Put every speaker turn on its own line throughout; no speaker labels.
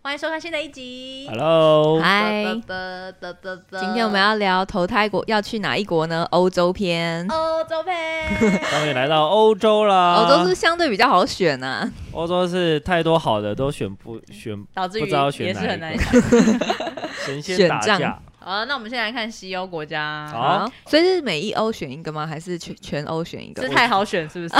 欢迎收看新的一集。
Hello，
嗨，今
今
天我们要聊投胎国要去哪一国呢？欧洲篇，
欧洲篇，
终于来到欧洲啦。
欧洲是相对比较好选啊。
欧洲是太多好的都选不选，
导致
不
于
知道选
也是很
哪
难
一个
想。，
神仙
选
打
仗
架。
好了，那我们先来看西欧国家，
好啊，
所以是每一欧 选一个吗？还是全全欧选一个
这？太好选是不是？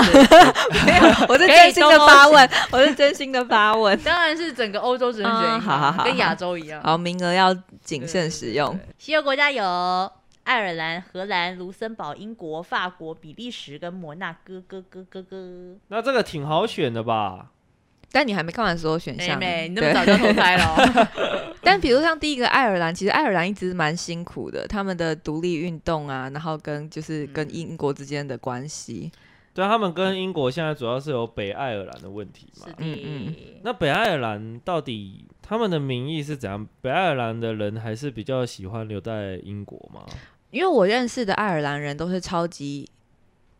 我是
可以
真心的
都欧
发问，我是真心的发问。
当然是整个欧洲只能选一个，
嗯好好好
跟亚洲一样。
好，名额要谨
对
慎使用。。
对对对
西欧国家有爱尔兰、荷兰、卢森堡、英国、法国、比利时跟摩纳哥。哥哥哥哥，
那这个挺好选的吧？
但你还没看完所有选
妹
项，
妹，哎你那么
对
早就投胎了 哦？
但比如像第一个爱尔兰，其实爱尔兰一直蛮辛苦的，他们的独立运动啊，然后跟就是跟英国之间的关系，
对他们跟英国现在主要是有北爱尔兰的问题嘛
是。
嗯
的，
那北爱尔兰到底他们的民意是怎样？北爱尔兰的人还是比较喜欢留在英国吗？
因为我认识的爱尔兰人都是超级，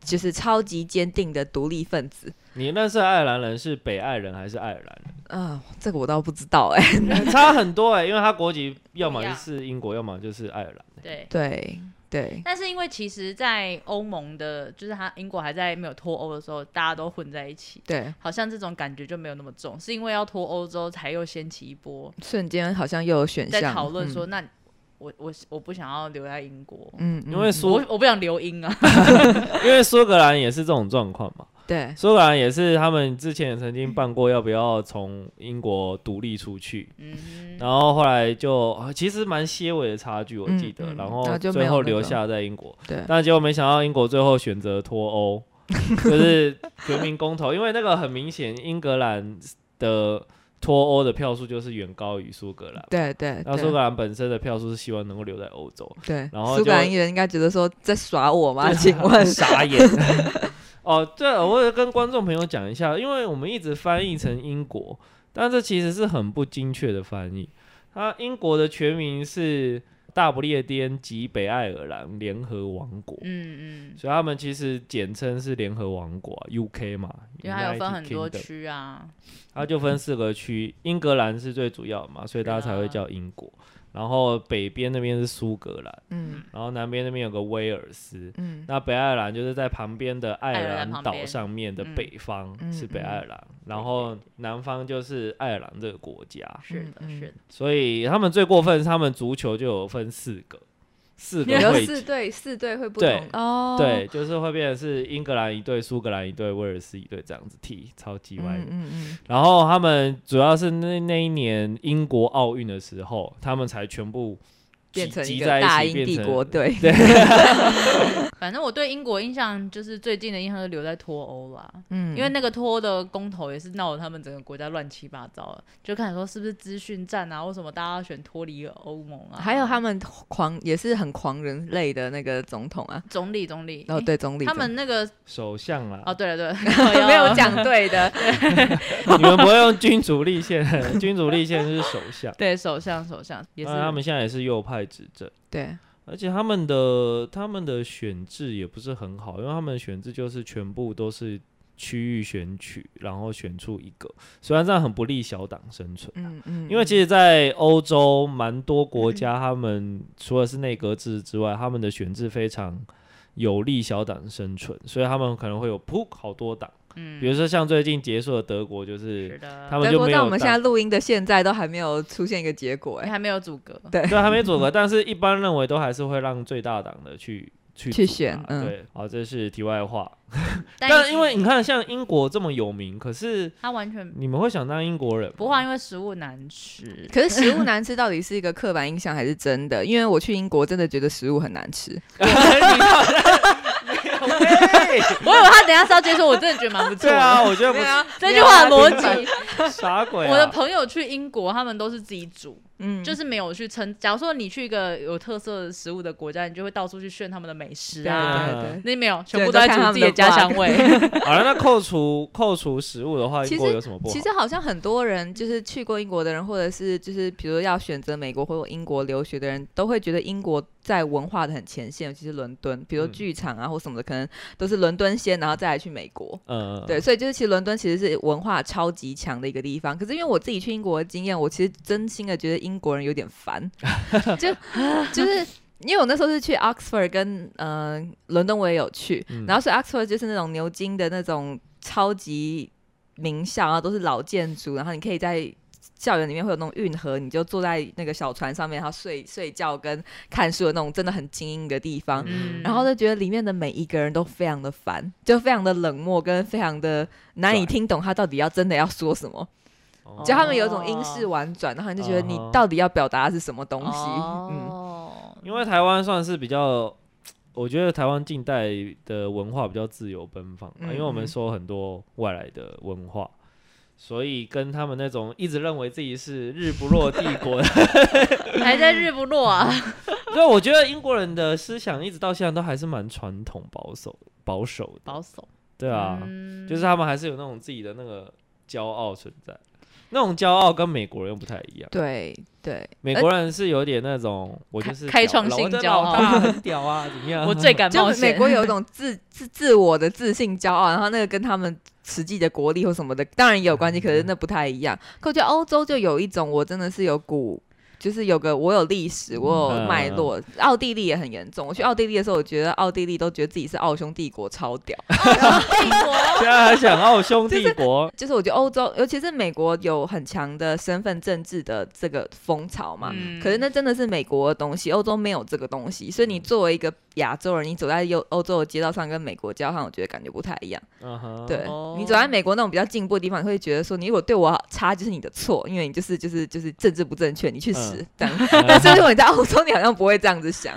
就是超级坚定的独立分子。
你认识的爱尔兰人是北爱尔兰还是爱尔兰 人？
嗯、这个我倒不知道哎、
差很多哎、因为他国籍要么
不一
就
样
是英国，要么就是爱尔兰、
对。
对对，
但是因为其实，在欧盟的，就是他英国还在没有脱欧的时候，大家都混在一起，
对，
好像这种感觉就没有那么重，是因为要脱欧之后才又掀起一波
瞬间好像又有选
在
项
讨论说，，那我我我不想要留在英国，
嗯，嗯
因为
嗯
苏
我我不想留英 啊，
因为苏格兰也是这种状况嘛，
对
苏格兰也是他们之前也曾经办过要不要从英国独立出去，
嗯哼，
然后后来就啊其实蛮些微的差距，我
嗯
记得，
嗯
然
然
后
后就没
最
有
后
那个
留下在英国，
对
但结果没想到英国最后选择脱 欧，就是全民公投，因为那个很明显，英格兰的脱欧的票数就是远高于苏格兰。
对对
那苏格
对
兰本身的票数是希望能够留在欧洲，
对，
然后
苏格
就
兰人应该觉得说在耍我吗？请 问
傻眼。哦，对了，我也跟观众朋友讲一下，因为我们一直翻译成英国，但这其实是很不精确的翻译。它英国的全名是大不列颠及北爱尔兰联合王国，
嗯嗯，
所以他们其实简称是联合王国啊 （UK） 嘛。
因为它有分很多
United Kingdom，
区啊，
它就分四个区，英格兰是最主要嘛，所以大家
啊
才会叫英国。然后北边那边是苏格兰，
嗯
然后南边那边有个威尔斯，
嗯
那北爱尔兰就是在旁边的爱
爱
尔
尔兰
兰
旁
岛
边
上面的
嗯
北方
嗯
是北爱尔兰，然后南方就是爱尔兰这个国家，
是的，
嗯嗯
是的，
所以他们最过分是他们足球就有分四个，四个
有
会
四队，四队会不
对
同哦，
对，就是会变成是英格兰一队、苏格兰一队、威尔士一队这样子踢，超级歪的。
嗯嗯嗯，
然后他们主要是那那一年英国奥运的时候，他们才全部集
变成一
集
个
在
大
一起
英
变
帝
成
国队。
对，
反正我对英国印象就是最近的印象就留在脱欧啦，
嗯
因为那个脱欧的公投也是闹得他们整个国家乱七八糟的，就看说是不是资讯战啊，为什么大家要选脱离欧盟啊？
还有他们狂也是很狂人类的那个总统啊，
总理总理，
哦
诶
对，总理
他们那个
首相啊 啦，
哦，对了对了，
总 理没有讲对 的，
你们不会用君主立宪， 君主立宪就是首相。
对首相首相也是
那他们现在也是右派执政，
对，
而且他们的他们的选制也不是很好，因为他们的选制就是全部都是区域选举，然后选出一个，虽然这样很不利小党生存。
嗯嗯，
因为其
实
实，在欧洲蛮多国家，他们除了是内阁制之外，他们的选制非常有利小党生存，所以他们可能会有噗好多党，
嗯
比如说像最近结束的德国，就是
是的，
他们
德
就
国
没
到
有
我们
党
现在录音的现在都还没有出现一个结果，
诶
哎，
还没有阻隔，
对，啊还没组合，但是一般认为都还是会让最大党的去去
去
组啊
选嗯
对，好，这是题外话。
但
但因为你看，像英国这么有名，可是
他完全
你们会想当英国人吗？
不会，啊因为食物难吃。
可是 食物难吃到底是一个刻板印象还是真的？因为我去英国真的觉得食物很难吃，
我以为他等一下是要接受，我真的觉得蛮不错
对
的。
啊，我觉得不
对
是。
啊，
这句话的逻
没有
辑，
啥鬼啊？
我的朋友去英国，他们都是自己煮，
嗯，
就是没有去称。假如说你去一个有特色食物的国家，你就会到处去炫他们的美食啊。
对对对。
那没有，
对
全部都在
都看他
煮自
们
己的
的
家
vlog
乡味。
好了，那扣除扣除食物的话，
其
英
实
国有什么不好
其？实好像很多人就是去过英国的人，或者是就是比如要选择美国或英国留学的人，都会觉得英国在文化的很前线，尤其是伦敦，比如
嗯
剧场啊或什么的，可能都是伦敦先，然后再来去美国。
嗯，
对，所以就是其实伦敦其实是文化超级强的一个地方。可是因为我自己去英国的经验，我其实真心的觉得英国人有点 烦，就就是。因为我那时候是去 Oxford 跟呃伦敦，我也有去，
嗯
然后是 Oxford 就是那种牛津的那种超级名校，然后都是老建筑，然后你可以在校园里面会有那种运河，你就坐在那个小船上面，然后睡睡觉跟看书的那种真的很精英的地方。
嗯
然后就觉得里面的每一个人都非常的烦，就非常的冷漠，跟非常的难以
拽
听懂他到底要真的要说什么。
哦
就他们有一种英式婉转，然后你就觉得你
哦
到底要表达的是什么东西？嗯，
哦，
因为台湾算是比较，我觉得台湾近代的文化比较自由奔放、啊，
嗯
因为我们
嗯
收很多外来的文化，所以跟他们那种一直认为自己是日不落帝国的，
还在日不落啊，
所以我觉得英国人的思想一直到现在都还是蛮传统保守保守的，
保守。
对啊，
嗯
就是他们还是有那种自己的那个骄傲存在，那种骄傲跟美国人又不太一样。
对对，
美国人是有点那种，我就是
开开
屌
创性
我的
骄傲
老大很屌啊，怎么样？
我最敢
就
冒
美
险。
国有一种自自自我的自信骄傲，然后那个跟他们实际的国力或什么的，当然也有关系，可
嗯
是那不太一样。可我觉得欧洲就有一种，我真的是有股。就是有个我有历史，我
嗯
有脉络。奥地利也很严重。我去奥地利的时候，我觉得奥地利都觉得自己是奥匈帝国，超屌。
现在还想奥匈帝国，
就是我觉得欧洲，尤其是美国，有很强的身份政治的这个风潮嘛。
嗯
可是那真的是美国的东西，欧洲没有这个东西，所以你作为一个亚洲人，你走在欧欧洲的街道上跟美国街道上，我觉得感觉不太一样。
嗯哼，
对、
哦
你走在美国那种比较进步的地方，你会觉得说，你如果对我差，就是你的错，因为你就是就是就是政治不正确，你去死、
嗯
这样。但是如果你在欧洲，你好像不会这样子想，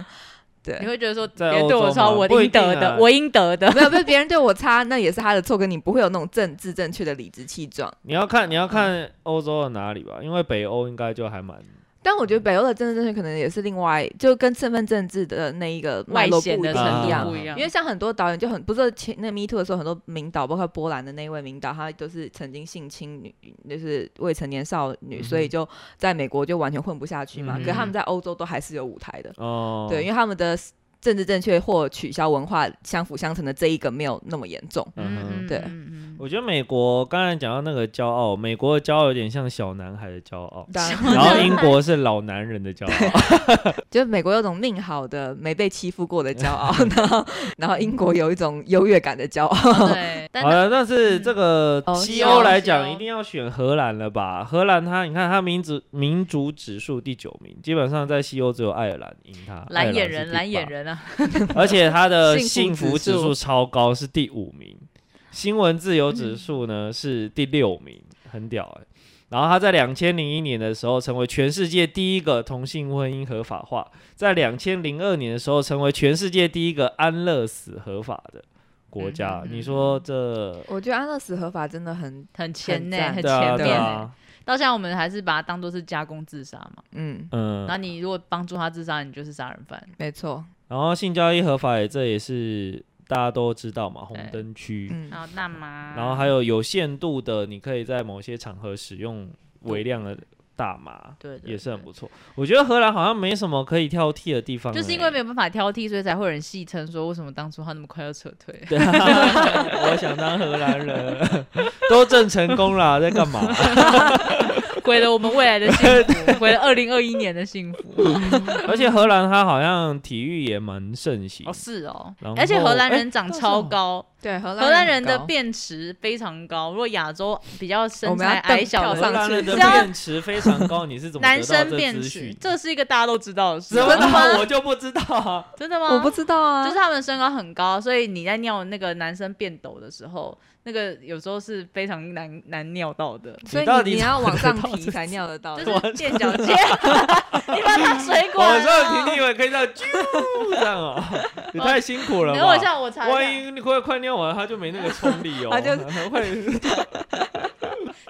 你会觉得说别
在
人对
欧
我
洲
超，
吗
我
不一
应得
定啊
的，我应得的。
没有被别人对我差，那也是他的错，跟你不会有那种政治正确的理直气壮。
你要看你要看欧洲的哪里吧，因为北欧应该就还蛮
但我觉得
嗯
北欧的政治正确可能也是另外，就跟身份政治的那一个脉络不
显的
一
程
程度
度
样。啊
不一样，
因为像很多导演就很不是前那 Me Too 的时候，很多名导，包括波兰的那一位名导，他都是曾经性侵女，就是未成年少女，
嗯哼
所以就在美国就完全混不下去嘛。
嗯哼
可是他们在欧洲都还是有舞台的，
哦，
对，因为他们的政治正确或取消文化相辅相成的这一个没有那么严重。
嗯哼。
对
嗯嗯
我觉得美国刚才讲到那个骄傲，美国的骄傲有点像小男孩的骄
哦
傲，
当然，
然后英国是老男人的骄傲，
就美国有种命好的没被欺负过的骄 傲，然后然后英国有一种优越感的骄傲。
嗯对，但
好了，但是这个
哦
西
西
欧
欧
来
西
讲，
欧
一定要选荷兰了吧？荷兰它，你看它民族民族指数第九名，基本上在西欧只有爱尔兰赢它。爱尔
蓝眼
是
人，
第
蓝眼
八，
人啊，
而且它的幸
幸福
福指
指数
数超高，是第五名。新闻自由指数呢、是第六名，很屌哎、然后他在两千零一年的时候成为全世界第一个同性婚姻合法化，在两千零二年的时候成为全世界第一个安乐死合法的国家。
嗯嗯嗯
你说这
我觉得安乐死合法真的很，
很前呢，
赞
很
对啊
前
对
面
啊
呢。到现在我们还是把它当做是加工自杀嘛。
嗯，
嗯，
那你如果帮助他自杀，你就是杀人犯。
没错，
然后性交易合法也，这也是大家都知道嘛，红
对
灯区。
嗯，
好，哦那么，
然后还有有限度的，你可以在某些场合使用微量的大麻，
对对
也是很不错。我觉得荷兰好像没什么可以挑剔的地方欸，
就是因为没有办法挑剔，所以才会有人戏称说，为什么当初他那么快要撤退？
对 啊我想当荷兰人，都挣成功了，在干嘛？
毁了我们未来的幸福，毁了二零二一年的幸福。
而且荷兰它好像体育也蛮盛行
哦，，是哦
然，后
而且荷兰人
哎
长
到时
超
候
高，
对，荷
荷兰人的变池非常高。如果亚洲比较身
我们要
材矮
蹬
小的
跳
荷
上
兰人的
是要
变池非常高，你是怎么
男
得到
生
这
变
资
质
讯，？
这是一个大家都知道的事。
怎么知道？我就不知道啊。
真的吗？
我不知道啊，
就是他们身高很高，所以你在尿那个男生变陡的时候，那个有时候是非常难难尿到 的，
所以
你到底
你
怎
要
么
往
得
上
到
提
这
才尿得到
就
的，
是垫脚尖， 你把它当水管
我
啊。
说你以为可以这样啾这样哦， 你太辛苦了
等我一
吧？
下，我查一
万
下，
啊
一你快快尿完，他就没那个冲力哦，
他就
会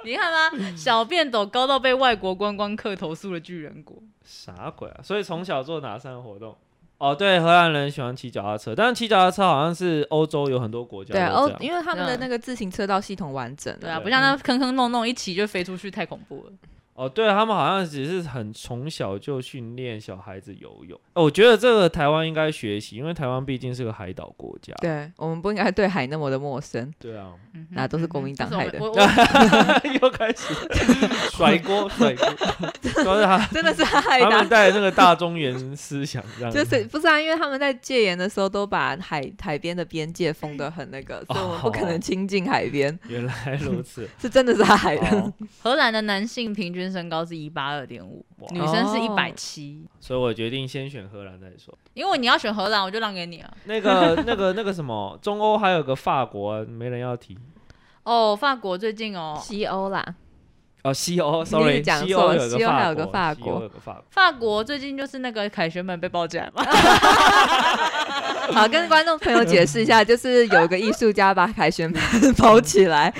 你看吧，小便斗高到被外国观光客投诉的巨人国，
啥鬼啊？所以从小做哪三个活动？哦，对，荷兰人喜欢骑脚踏车，但是骑脚踏车好像是欧洲有很多国家
对
都
哦
这，样。
因为他们的
嗯
那个自行车道系统完整
对
了，
啊，
对
不像那坑坑弄弄一骑就飞出去，太恐怖了。
哦，对他们好像只是很从小就训练小孩子游泳。哦我觉得这个台湾应该学习，因为台湾毕竟是个海岛国家。
对我们不应该对海那么的 陌生。
对啊，
嗯哼
那都是国民党害的
这是我们我我
又开 始甩锅甩锅，都是他
真的是害
他
的
们，带那个大中原思想这样 子。
就是不是啊？因为他们在戒严的时候都把海海边的边界封得很那个，所以我们不可能亲近海边，
原来如此，
是真的是海的。
哦
荷兰的男性平均身高是一八二点五
哇，
女生是一
哦
百七。
所以我决定先选荷兰再说。
因为你要选荷兰，我就让给你啊。
那 个、那个、那个什么，中欧还有个法国啊，没人要提
哦，法国最近 哦，
西欧啦，
哦。西欧
你
，sorry，
讲
西
错
欧
了
有
西欧还有
个
个法
国，西
国
欧有个法国。
法国最近就是那个凯旋门被爆起来嘛。
好，跟观众朋友解释一下，就是有个艺术家把凯旋门包起来，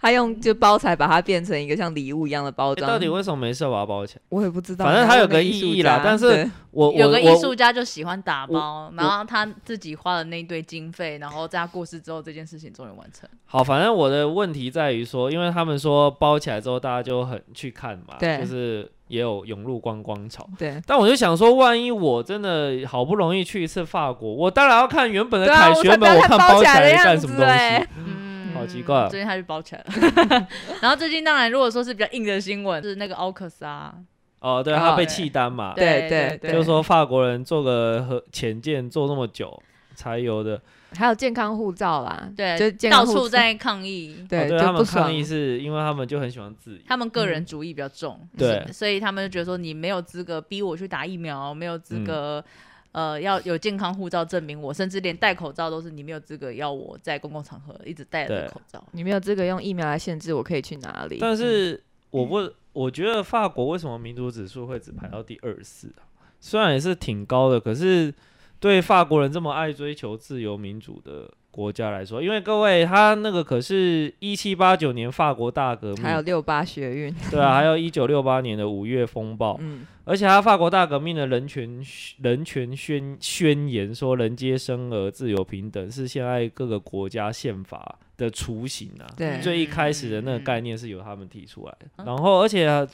他用就包材把它变成一个像礼物一样的包
诶
装。
到底为什么没事啊要把它包起来？
我也不知道，
反正
他
它有个意义啦但是我我
有个艺术
我
家就喜欢打包，然后他自己花了那一堆经费，然后在他过世之后，这件事情终于完成。
好，反正我的问题在于说，因为他们说包起来之后大家就很去看嘛，
对
就是也有涌入观光潮。
对
但我就想说，万一我真的好不容易去一次法国，我当然要看原本的
对啊
凯
我才
旋
不
门，
要
我
看
看
包
包
起
来
来的
是
样
干什么
子
东
欸
西？
嗯
好奇怪
最近他就包起来了。 然后最近当然，如果说是比较硬的新闻，是那个奥克啊莎，
哦，对，他
哦
被
对
契丹嘛，
对
对
对
就是说法国人做个和潜舰做那么久才有的，
还有健康护照啦，
对，
就健康
到
护
处
照
在抗议，
哦
对
对他
就
们
不
抗
爽
议。是因为他们就很喜欢自由。
他们个人主义比较重，
嗯对
所所以他们就觉得说你没有资格逼我去打疫苗，没有资格。
嗯
呃，要有健康护照证明我，甚至连戴口罩都是你没有资格要我在公共场合一直戴着
对
口罩。
你没有资格用疫苗来限制我可以去哪里。嗯
但是我不，我觉得法国为什么民族指数会只排到第二四啊？虽然也是挺高的，可是对法国人这么爱追求自由民主的国家来说，因为各位他那个可是一七八九年法国大革
还有
命，
六八学运，
对啊，还有一九六八年的五月风暴，
嗯，
而且他法国大革命的人权人权宣宣言说，人皆生而自由平等是现在各个国家宪法的雏形啊。
对
最一开始的那个概念是由他们提出来的。
嗯
然后，而且、啊、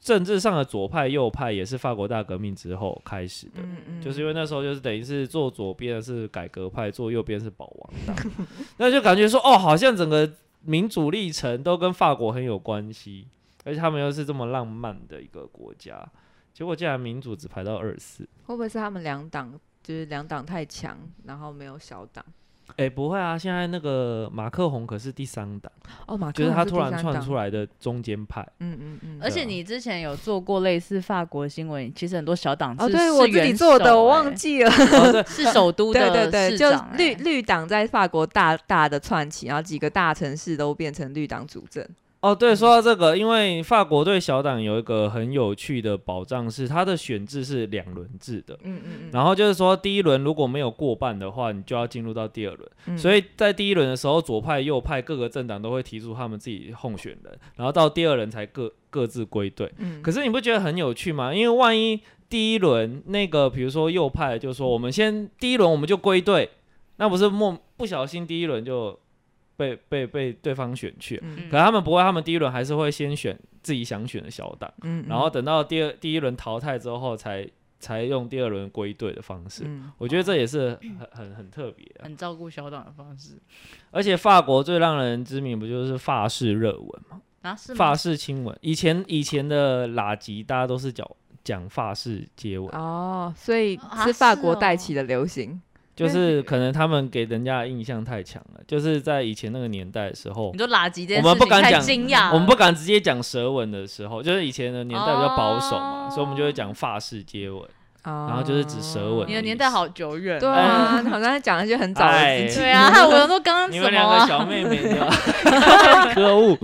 政治上的左派右派也是法国大革命之后开始的。
嗯嗯
就是因为那时候就是等于是坐左边的是改革派，坐右边是保王党， 那就感觉说哦，好像整个民主历程都跟法国很有关系，而且他们又是这么浪漫的一个国家，结果竟然民主只排到二四，
会不会是他们两党就是两党太强，然后没有小党？
哎，不会啊，现在那个马克宏可是第三党，
哦，马克
就是他突然
创
窜出
来，
来的中间派，
嗯嗯
啊
嗯，
而且你之前有做过类似法国新闻，其实很多小党制
哦，对
是
我自己
元
做
首
的，我
欸
忘记了。
啊哦对，
是首都
对对
的
对，
市
就
长欸、
绿绿党在法国大大的窜起，然后几个大城市都变成绿党主政。
哦，对，说到这个，因为法国对小党有一个很有趣的保障是，它的选制是两轮制的。
嗯嗯
然后就是说，第一轮如果没有过半的话，你就要进入到第二轮。
嗯
所
以
以在第一轮的时候，左派、右派各个政党都会提出他们自己候选人，然后到第二轮才各各自归队。
嗯
可是你不觉得很有趣吗？因为万一第一轮那个，比如说右派就说我们先第一轮我们就归队，那不是莫不小心第一轮就被被被对方选去了。
嗯
可他们不会，他们第一轮还是会先选自己想选的小党，
嗯
然后等到第二第一轮淘汰之后才才用第二轮归队的方式。
嗯
我觉得
哦
这也是很很很特别啊、
很照顾小党的方式
而且法国最让人知名不就是法式热文吗？
啊，是吗
法？式亲吻，以前以前的拉吉大家都是讲讲法式接吻，
哦，所以
啊
是法
是
国带
哦
起的流行。
就是可能他们给人家的印象太强了，就是在以前那个年代的时候
你，就垃圾这
我
件
们
事
不
情
敢
太
讲
惊讶了，
我们不敢直接讲舌吻的时候，就是以前的年代比较保守嘛，
哦
所以我们就会讲法式接吻。
然
后就是指舌吻
你的年代好久远，
哦 对啊，你好像在讲一些很早的
哎
事情。
对啊，害我都 刚刚
你
什
们
么
两个
啊？
小妹妹的，可恶。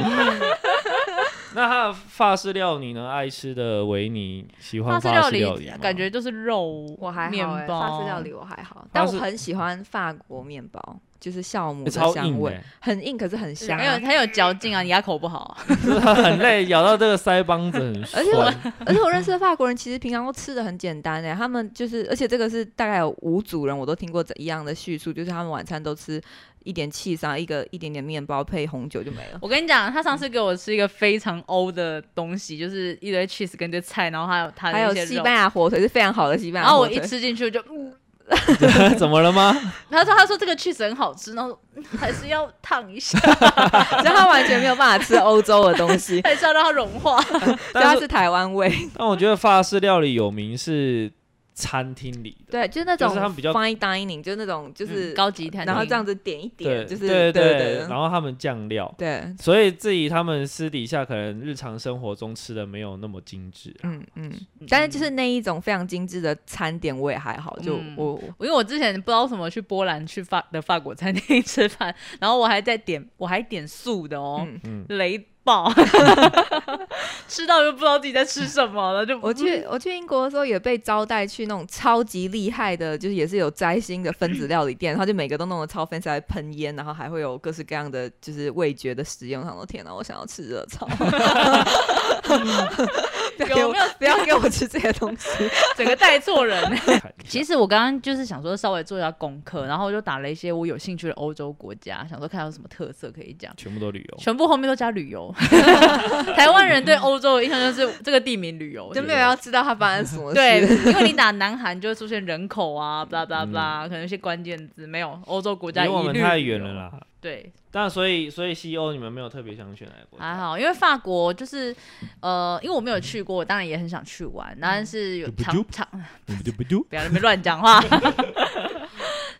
那他的法式料理呢？爱吃的维尼喜欢
式
法式
理
料理吗，
感觉就是肉，
我还好、
面
欸，
包
法式料理我还好，但
法
我
式
很喜欢法国面包。就是酵母
欸
的
超
香
硬
味，
哎、
很硬，可是很香
很。有很有嚼劲啊，你牙口不好啊，
就是它很累，咬到这个腮帮子很
而且我
酸。
而且我认识的法国人其实平常都吃的很简单哎，他们就是，而且这个是大概有五组人我都听过这一样的叙述，就是他们晚餐都吃一点气上一个一点点面包配红酒就没 了。
我跟你讲，他上次给我吃一个非常欧的东西，就是一堆 cheese 跟一堆菜，然后啊还有他
还有西班
牙，
牙火腿是非常好的西班
然
牙
后哦我
火腿，
一吃进去就，嗯，
怎么了吗？
他说他说这个 cheese 很好吃，然后 嗯还是要烫一下，，
所以他完全没有办法吃欧洲的东西
还是要让它融化。
所以他
但
是台湾味。
但我觉得法式料理有名是餐厅里的，
对，就是那
就
种
是他们比较
fine dining，就是那种就是、
嗯高级餐厅
然后这样子点一点，就是
对
对
然后他们酱料，
对，
所以自己他们私底下可能日常生活中吃的没有那么精致。
嗯嗯，但是就是那一种非常精致的餐点我也还好，就
嗯
我、
因为我之前不知道什么去波兰去法的法国餐厅吃饭，然后我还在点，我还点素的哦，
嗯，
嗯，
雷爆，吃到又不知道自己在吃什么了，就
我去我去英国的时候也被招待去那种超级厉害的，就是也是有摘星的分子料理店，然后就每个都弄得超 fancy，还喷烟，然后还会有各式各样的就是味觉的实验。我想说天哪，我想要吃热炒，不要给
有
我
没有
不要给我吃这些 东西。
整个带错人。
看一下
其实我刚刚就是想说稍微做一下功课，然后我就打了一些我有兴趣的欧洲国家，想说看有什么特色可以讲。
全部都旅游，
全部后面都加旅游， 台湾人对欧洲的印象就是这个地名旅游，
就没有要知道它发生什么 事。
对， 因为你打南韩就会出现人口啊，blah blah blah，可能一些关键字没有，欧洲国家
离我
一
们
律
太
旅
远
游
了。啦。
对，
但所以所以西欧你们没有特别想选哪个国
还
啊
家？
好，因为法国就是，呃，因为我没有去过，我当然也很想去玩，但是有
不
常
丢
常
不丢，
不要在那边乱讲 话。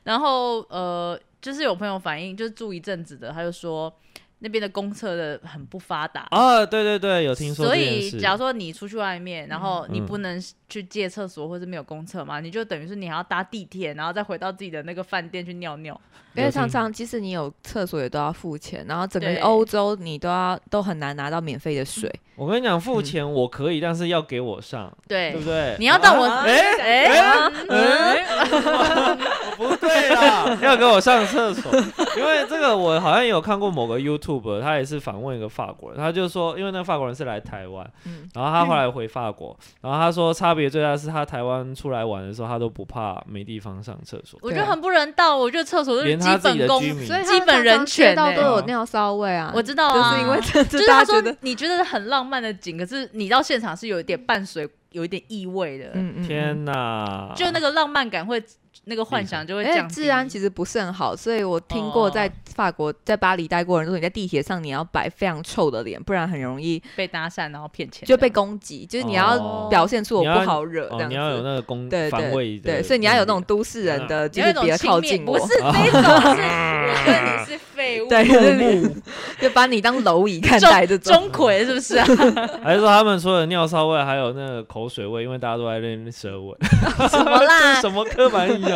然后呃，就是有朋友反映，就是住一阵子的，他就说那边的公厕的很不发达。
啊，对对对，有听说
所
这件
以，
事。
假如说你出去外面，然后你
嗯
不能去借厕所，或是没有公厕嘛，你就等于是你还要搭地铁，然后再回到自己的那个饭店去尿尿。
因为常常即使你有厕所也都要付钱，然后整
对
个欧洲你都要都很难拿到免费的水。
我跟你讲，付钱我可以，但是要给我上，对
嗯
对
不，对？
你要到我
嗯啊哎
哎嗯
哎 哦不对 啦，要给我上厕所，因为这个我好像有看过某个 YouTube，他也是访问一个法国人，他就说，因为那个法国人是来台湾，
嗯，
然后他后来回法国，然后他说差别最大是他台湾出来玩的时候，他都不怕没地方上厕所，
我觉得很不人道，我觉得厕所是
连
基
他自己的
本功
居。民
所以
基本人权欸
到都有尿骚味啊。
我知道啊，
就是因为这，
就
就是大
他
家觉
说
得，嗯
你觉得很浪漫的景，可是你到现场是有一点伴随有一点异味的，
嗯嗯，嗯。
天哪！
就那个浪漫感会那个幻想就会
而
降低。
且治哎安其实不是很好，所以我听过在法国、在巴黎待过的人说，你在地铁上你要摆非常臭的脸，不然很容易
被搭讪然后骗钱
就被攻击。就是你要
哦
表现出我
你要
不好惹这
哦，
样
你要有
子。
那个公
对
防卫
对
的
对，所以你要有那
啊
种都市人
嗯
的，就是别靠近
不
我，
是这种，是我跟你是废物，
对，就是 就把你当蝼蚁看待这种。
钟馗是不 是啊？
还是说他们说的尿骚味，还有那个口水味，因为大家都在练舌 吻，
什
这
么
是
啦，
什么刻板印象？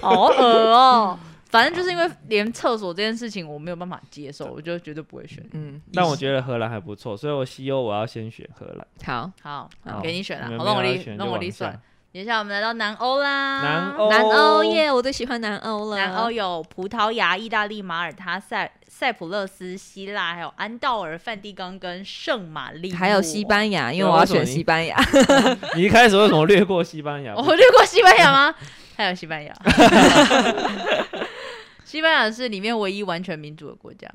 好恶 哦。反正就是因为连厕所这件事情我没有办法接受，我就绝对不会选。
嗯，
但我觉得荷兰还不错，所以我西欧我要先选荷兰。
好，
好
好，
给你选啦，
你们没有
好，让我
要
理
选就
让我
往
理
下
算。接下来我们来到南欧啦，
南欧，
南欧，耶，我最喜欢南欧了。
南欧有葡萄牙、意大利、马耳他、塞塞浦勒斯、希腊，还有安道尔、梵蒂冈跟圣马力诺，
还有西班牙，因为
对啊
我要
为什么
选
你
西班牙。
你一开始为什么略过西班牙？
我略过西班牙吗？还有西班牙， 西班牙是里面唯一完全民主的国家。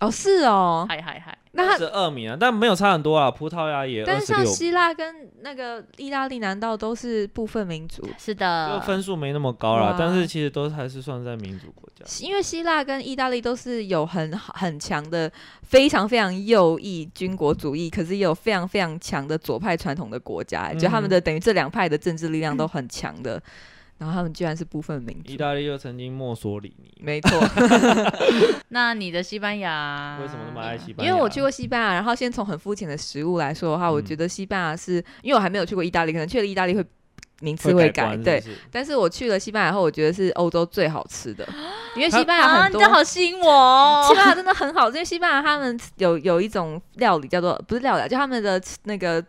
哦，是哦，
嗨嗨嗨！
那它
是二名啊，但没有差很多啊。葡萄牙也
但
二
是
十
像
六，
希腊跟那个意大利，难道都是部分民族？
是
就
的，
分数没那么高啦
哇，
但是其实都还是算在民主国家。
因为希腊跟意大利都是有很好很强的、非常非常右翼军国主义，可是也有非常非常强的左派传统的国家、欸就他们
嗯
的等于这两派的政治力量都很强的，然后他们居然是部分民
意
族，
大利又曾经墨索里尼，
没错。
那你的西班牙
为什么那么爱西
因
班牙？
为我去过西班牙，然后先从很肤浅的食物来说的话，我
啊嗯
觉得西班牙是因为我还没有去过意大利，可能去了意大利会名次
会
改，
观
对。
是不是
但是我去了西班牙后，我觉得是欧洲最好吃的，因为西班牙
啊，
很
你
多。
这好吸引 我哦
西。班牙真的很好，因为西班牙他们有有一种料理叫做不是料理啊，就他们的那个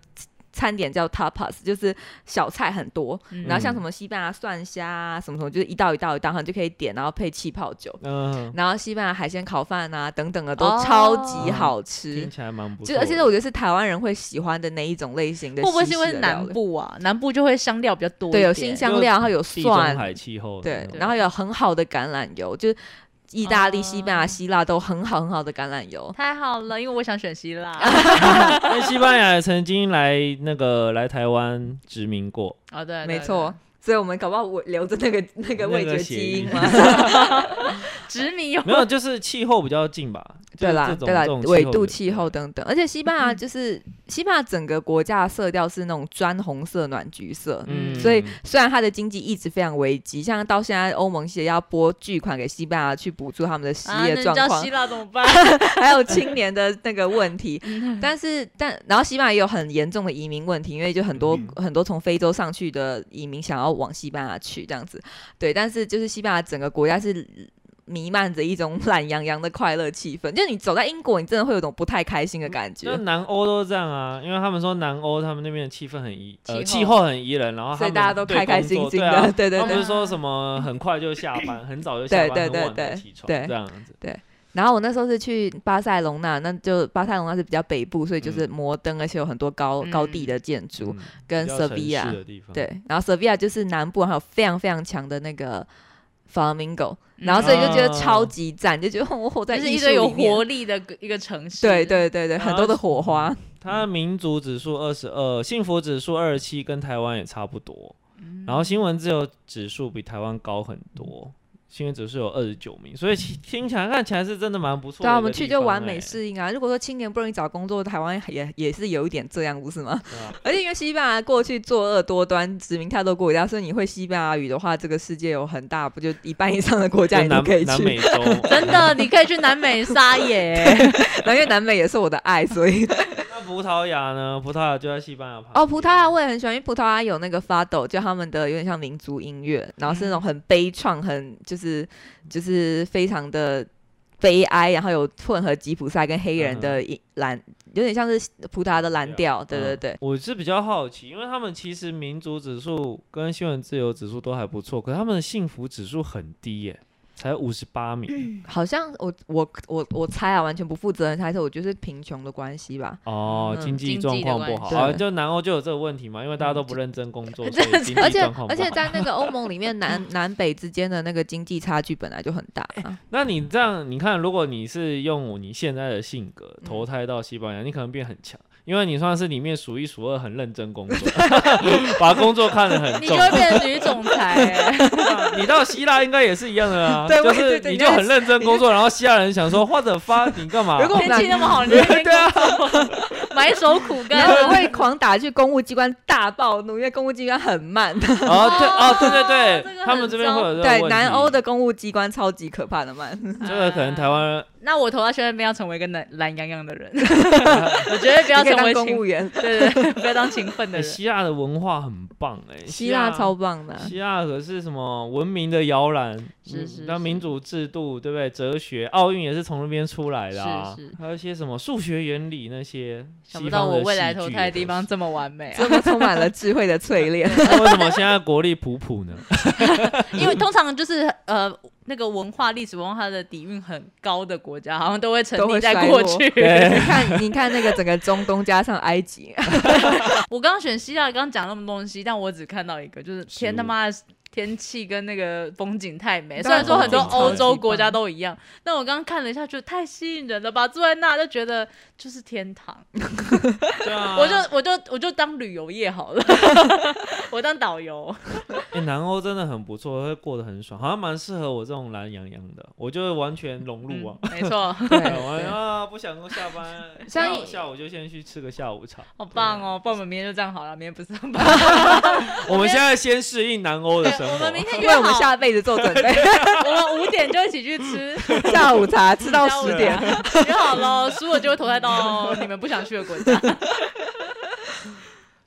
餐点叫 tapas，就是小菜很多，
嗯
然后像什么西班牙蒜虾啊，什么什么，就是一道一道一道，然后你就可以点，然后配气泡酒，
嗯，
然后西班牙海鲜烤饭啊等等的都
哦
超级好
听
吃，
起来蛮不错
就
的。
而且是我觉得是台湾人会喜欢的那一种类型的
会
西
不会
式
是
的料理，
因为南部啊？南部就会香料比较多一
对
点，
有新香料，然后有
地中
蒜，
海气候的那
对
种，，
然后有很好的橄榄油，就是意大利、西班牙、
哦
希腊都很好很好的橄榄油。
太好了，因为我想选希腊
因为西班牙也曾经来那个来台湾殖民过，
哦，对，
没错，所以我们搞不好我留着那个那个味
那个
觉
血
基因
印
嘛。
执迷有啊
没有，就是气候比较 近吧？就
对
是
啦
这，种
对啦
这种，
纬度气
比较
候等等，而且西班 牙就是西班牙整个国家的色调是那种砖红色、暖橘色，
嗯，
所以虽然它的经济一直非常危机，像到现在欧盟协要拨巨款给西班牙去补助他们的失
啊，那
业
你
状
叫
况
希，腊怎么办？
还有青年的那个问 题，
嗯
但是但然后西班牙也有很严重的移民问题，因为就很多、
嗯
很多从非洲上去的移民想要往西班牙去这样子，对，但是就是西班牙整个国家是。弥漫着一种懒洋洋的快乐气氛，就你走在英国，你真的会有种不太开心的感觉
那。南欧都嗯是这样啊，因为他们说南欧他们那边的气氛很宜，呃，
气候
气候很宜人，然后他们
所以大家都
对
开开
工作
心心
对啊
的对对
他们
对
不是说什么很快就下班，很早就下班，
对对
很晚
对
才
对
起床，
对
这样子。
然后我那时候是去巴塞隆纳，那就巴塞隆纳是比较北部，所以就是摩登，而且有很多高、高地的建筑，
嗯
跟
比较城
Sevilla
市的地方，
对，然后 Sevilla 就是南部，还有非常非常强的那个 flamingo，然后所以就觉得
啊
超级赞，嗯就觉得我活在
就是
艺
一
术
堆有
里面
活力的一个城市，
对对对对，
然
很
后
多的火花，
它的民族指数二十二，幸福指数二十七，跟台湾也差不多。
嗯
嗯
然后新闻自由指数比台湾高很多，新闻指数有二十九名，所以其听起来看起来是真的蛮不错的一个地方欸。
嗯对啊，我们去就完美适应啊。如果说青年不容易找工作，台湾也也是有一点这样，不是吗？
对啊
而且因为西班牙过去作恶多端，殖民太多国家，所以你会西班牙语的话，这个世界有很大，不就一半以上的国家
就
你都
南
可以
南
去。
美洲，
真的，你可以去南美撒野，
然后因为南美也是我的爱，所以
那葡萄牙呢？葡萄牙就在西班牙旁边
哦，葡萄牙我也很喜欢，因为葡萄牙有那个 fado，就他们的有点像民族音乐，然后
嗯
是那种很悲怆，很就是就是非常的悲哀，然后有混合吉普赛跟黑人的音蓝，有点像是葡萄牙的蓝调，对对对
嗯嗯。我是比较好奇，因为他们其实民族指数跟新闻自由指数都还不错，可是他们的幸福指数很低耶、才五十八名、
好像我我我我猜啊，完全不负责任猜测，我觉得是贫穷的关系吧。
哦，
嗯
经济
经
状
济的
况
关
不好
系嗯
啊，
对
就南欧就有这个问题嘛，因为大家都不认真工 作，所
这
以经济
而且
状况不
而且
好。
在那个欧盟里 面，南南北之间的那个经济差距本来就很大、啊。
那你这样，你看，如果你是用你现在的性格投胎到西班牙，你可能变很强，因为你算是里面数一数二很认真工作，把工作看得很
你就
重。
会变成女总裁欸。
你到希腊应该也是一样的啊，
对
就
我也
是
觉得
你
你
就
在
很认真工作，然后希腊人 想说，或者发你干嘛？
如果我们
天气那
俩
么好，你在 那
对
边
啊，
埋首苦
然后
干。
会狂打去公务机关大暴怒，因为公务机关很慢。
哦对哦 对对
这
对，
个
他
很
们这边会有这个问
对，
题
南欧的公务机关超级可怕的慢。
这个可能台湾 人
啊那我投到轩那边要成为一个懒懒洋洋的人，我绝对不要
你可以
成
当
为
公
勤
务，员。
对对对，不要当勤奋的
哎
人。
希腊的文化很棒哎，
希腊超棒的啊，
希腊可是什么文明的摇篮，
是
嗯
是
那
是
民主制度对不对？哲学，奥运也是从那边出来的啊
是是，
还有一些什么数学原理那些，
想不到
西方的
我未来
戏剧
投胎的
也
地
都
方
是，
这么完美啊！
这么充满了智慧的淬 炼。
那为什么现在国力普普 呢？
因为通常就是呃那个文化历史文化的底蕴很高的国家，好像都会沉
都
溺
会
在
衰
过
落
去。
对
你看，你看那个整个中东加上 埃及，
我刚刚选希腊，刚刚讲那么多东西，但我只看到一个，就是
食
天他
物
妈的天气跟那个风景太美。
对
虽然说很多
风景超
欧
级
洲国家
棒
都一样，但我刚刚看了一下，觉得太吸引人了吧！坐在那就觉得就是天堂，
对啊，
我就我就我就当旅游业好了，我当导游。
欸，南欧真的很不错，会过得很爽，好像蛮适合我这种懒洋洋的，我就会完全融入啊。
嗯没错，
对
对我
对
啊，不想够下 班，
像
下午
一
下午就先去吃个下午茶。
好棒哦！不然我们明天就这样好了，明天不上班。
我们现在先适应南欧的生活。
我们明天
为
约
我们
好，
下辈子做准备。
我们五点就一起去吃。
下午茶吃到
下午
十点，
茶，约好喽，输了就会投胎到你们不想去的国 家。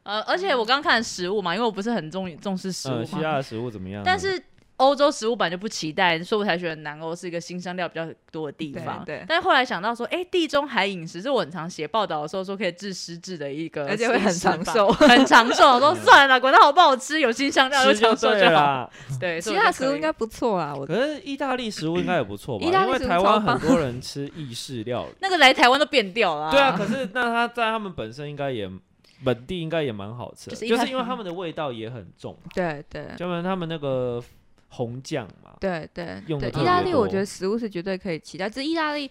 呃，而且我刚看食物嘛，因为我不是很重重视食物
嗯，希
嘛，
腊的食物怎么样呢？
但是欧洲食物本来就不期待，所以我才觉得南欧是一个新香料比较多的地方。
对对
但是后来想到说，哎、地中海饮食是我很常写报道的时候说可以治失智的一个，
而且会很长寿
很长寿。我说算了，管它好不好吃，有新香料
吃
长
就
寿
嗯对
就
了
好。
啦。
对，
其
所以
他
我就
食物
可以
应该不错啦，我
可是意大利食物应该也不错吧？
意大利
因为
食物
台湾
超棒
很多人吃意式料理。
那个来台湾都变掉了、
对啊，，可是那它在他们本身应该也本地应该也蛮好吃的，
就是意
就
大
是因为
利
他们的味道也很重，
对对
专门他们那个红酱嘛，
对对
用
对，
得特
意大
别
利我
多
觉得食物是绝对可以期待，只是意大利。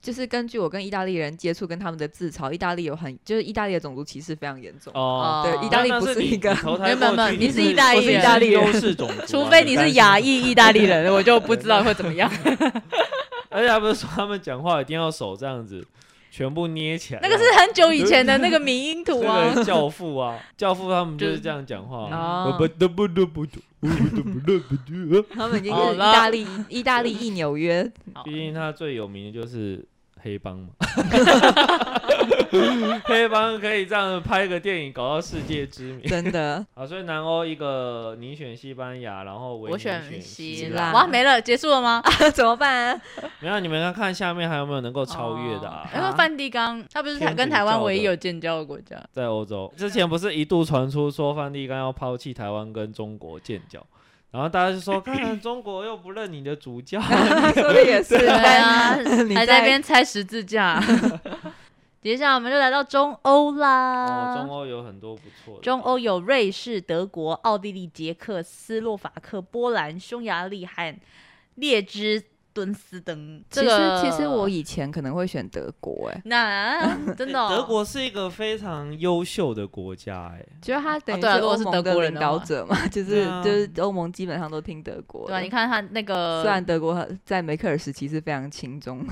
就是根据我跟意大利人接触，跟他们的自嘲，意大利有很就是意大利的种族歧视非常严重。
哦，
哦
对，意大利
那
不
是
是
你
一个
你投胎
没有没有
过
没
去
有
你
你是意大利
我是
人
大
我
优
是
势种族啊，
除非你是亚
裔，
裔意大利 人，我就不知道会怎么样。
而且他不是说他们讲话一定要手这样子全部捏起来，
那个是很久以前的那个迷音图
那
啊。
个教父啊，教父他们就是这样讲话啊。
哦
不得不得不得不得不得不得，
他们已经
好
是意
了
大利意大利一纽约
好嗯
毕竟他最有名的就是黑帮嘛， 黑帮可以这样拍个电影搞到世界知名
真 的
啊，所以南欧一个你选西班牙，然后维
我
尼
选
希
希
腊
哇，没了，结束了吗？
啊
怎么办、啊
没有你们要看下面还有没有能够超越的啊
哦？ 因为梵蒂冈，它不是台
天主
跟台湾
教
唯一
的
有建交的国家。
在欧洲之前不是一度传出说梵蒂冈要抛弃台湾跟中国建交，然后大家就说，看中国又不认你的主 教，
说的也是，
对 啊
但你
还在
在
那边拆十字架。 接下来我们就来到中欧
哦，
啦。
中欧有很多不错的。
中欧有瑞士、德国、奥地利、捷克斯洛伐克、波兰、匈牙利和列支敦斯登。
这
其实
个
其 实我以前可能会选德国、哎，
那真的哦、
德国是一个非常优秀的国家、哎，
觉得他等于
对啊如果
欧
是
盟
德
的
国人
领
的
导
话
者嘛， 啊
对
就是
啊
就是欧盟基本上都听德国
对啊
的。
吧、你看他那
虽
个
然，德国很在梅克尔时期是非常轻中，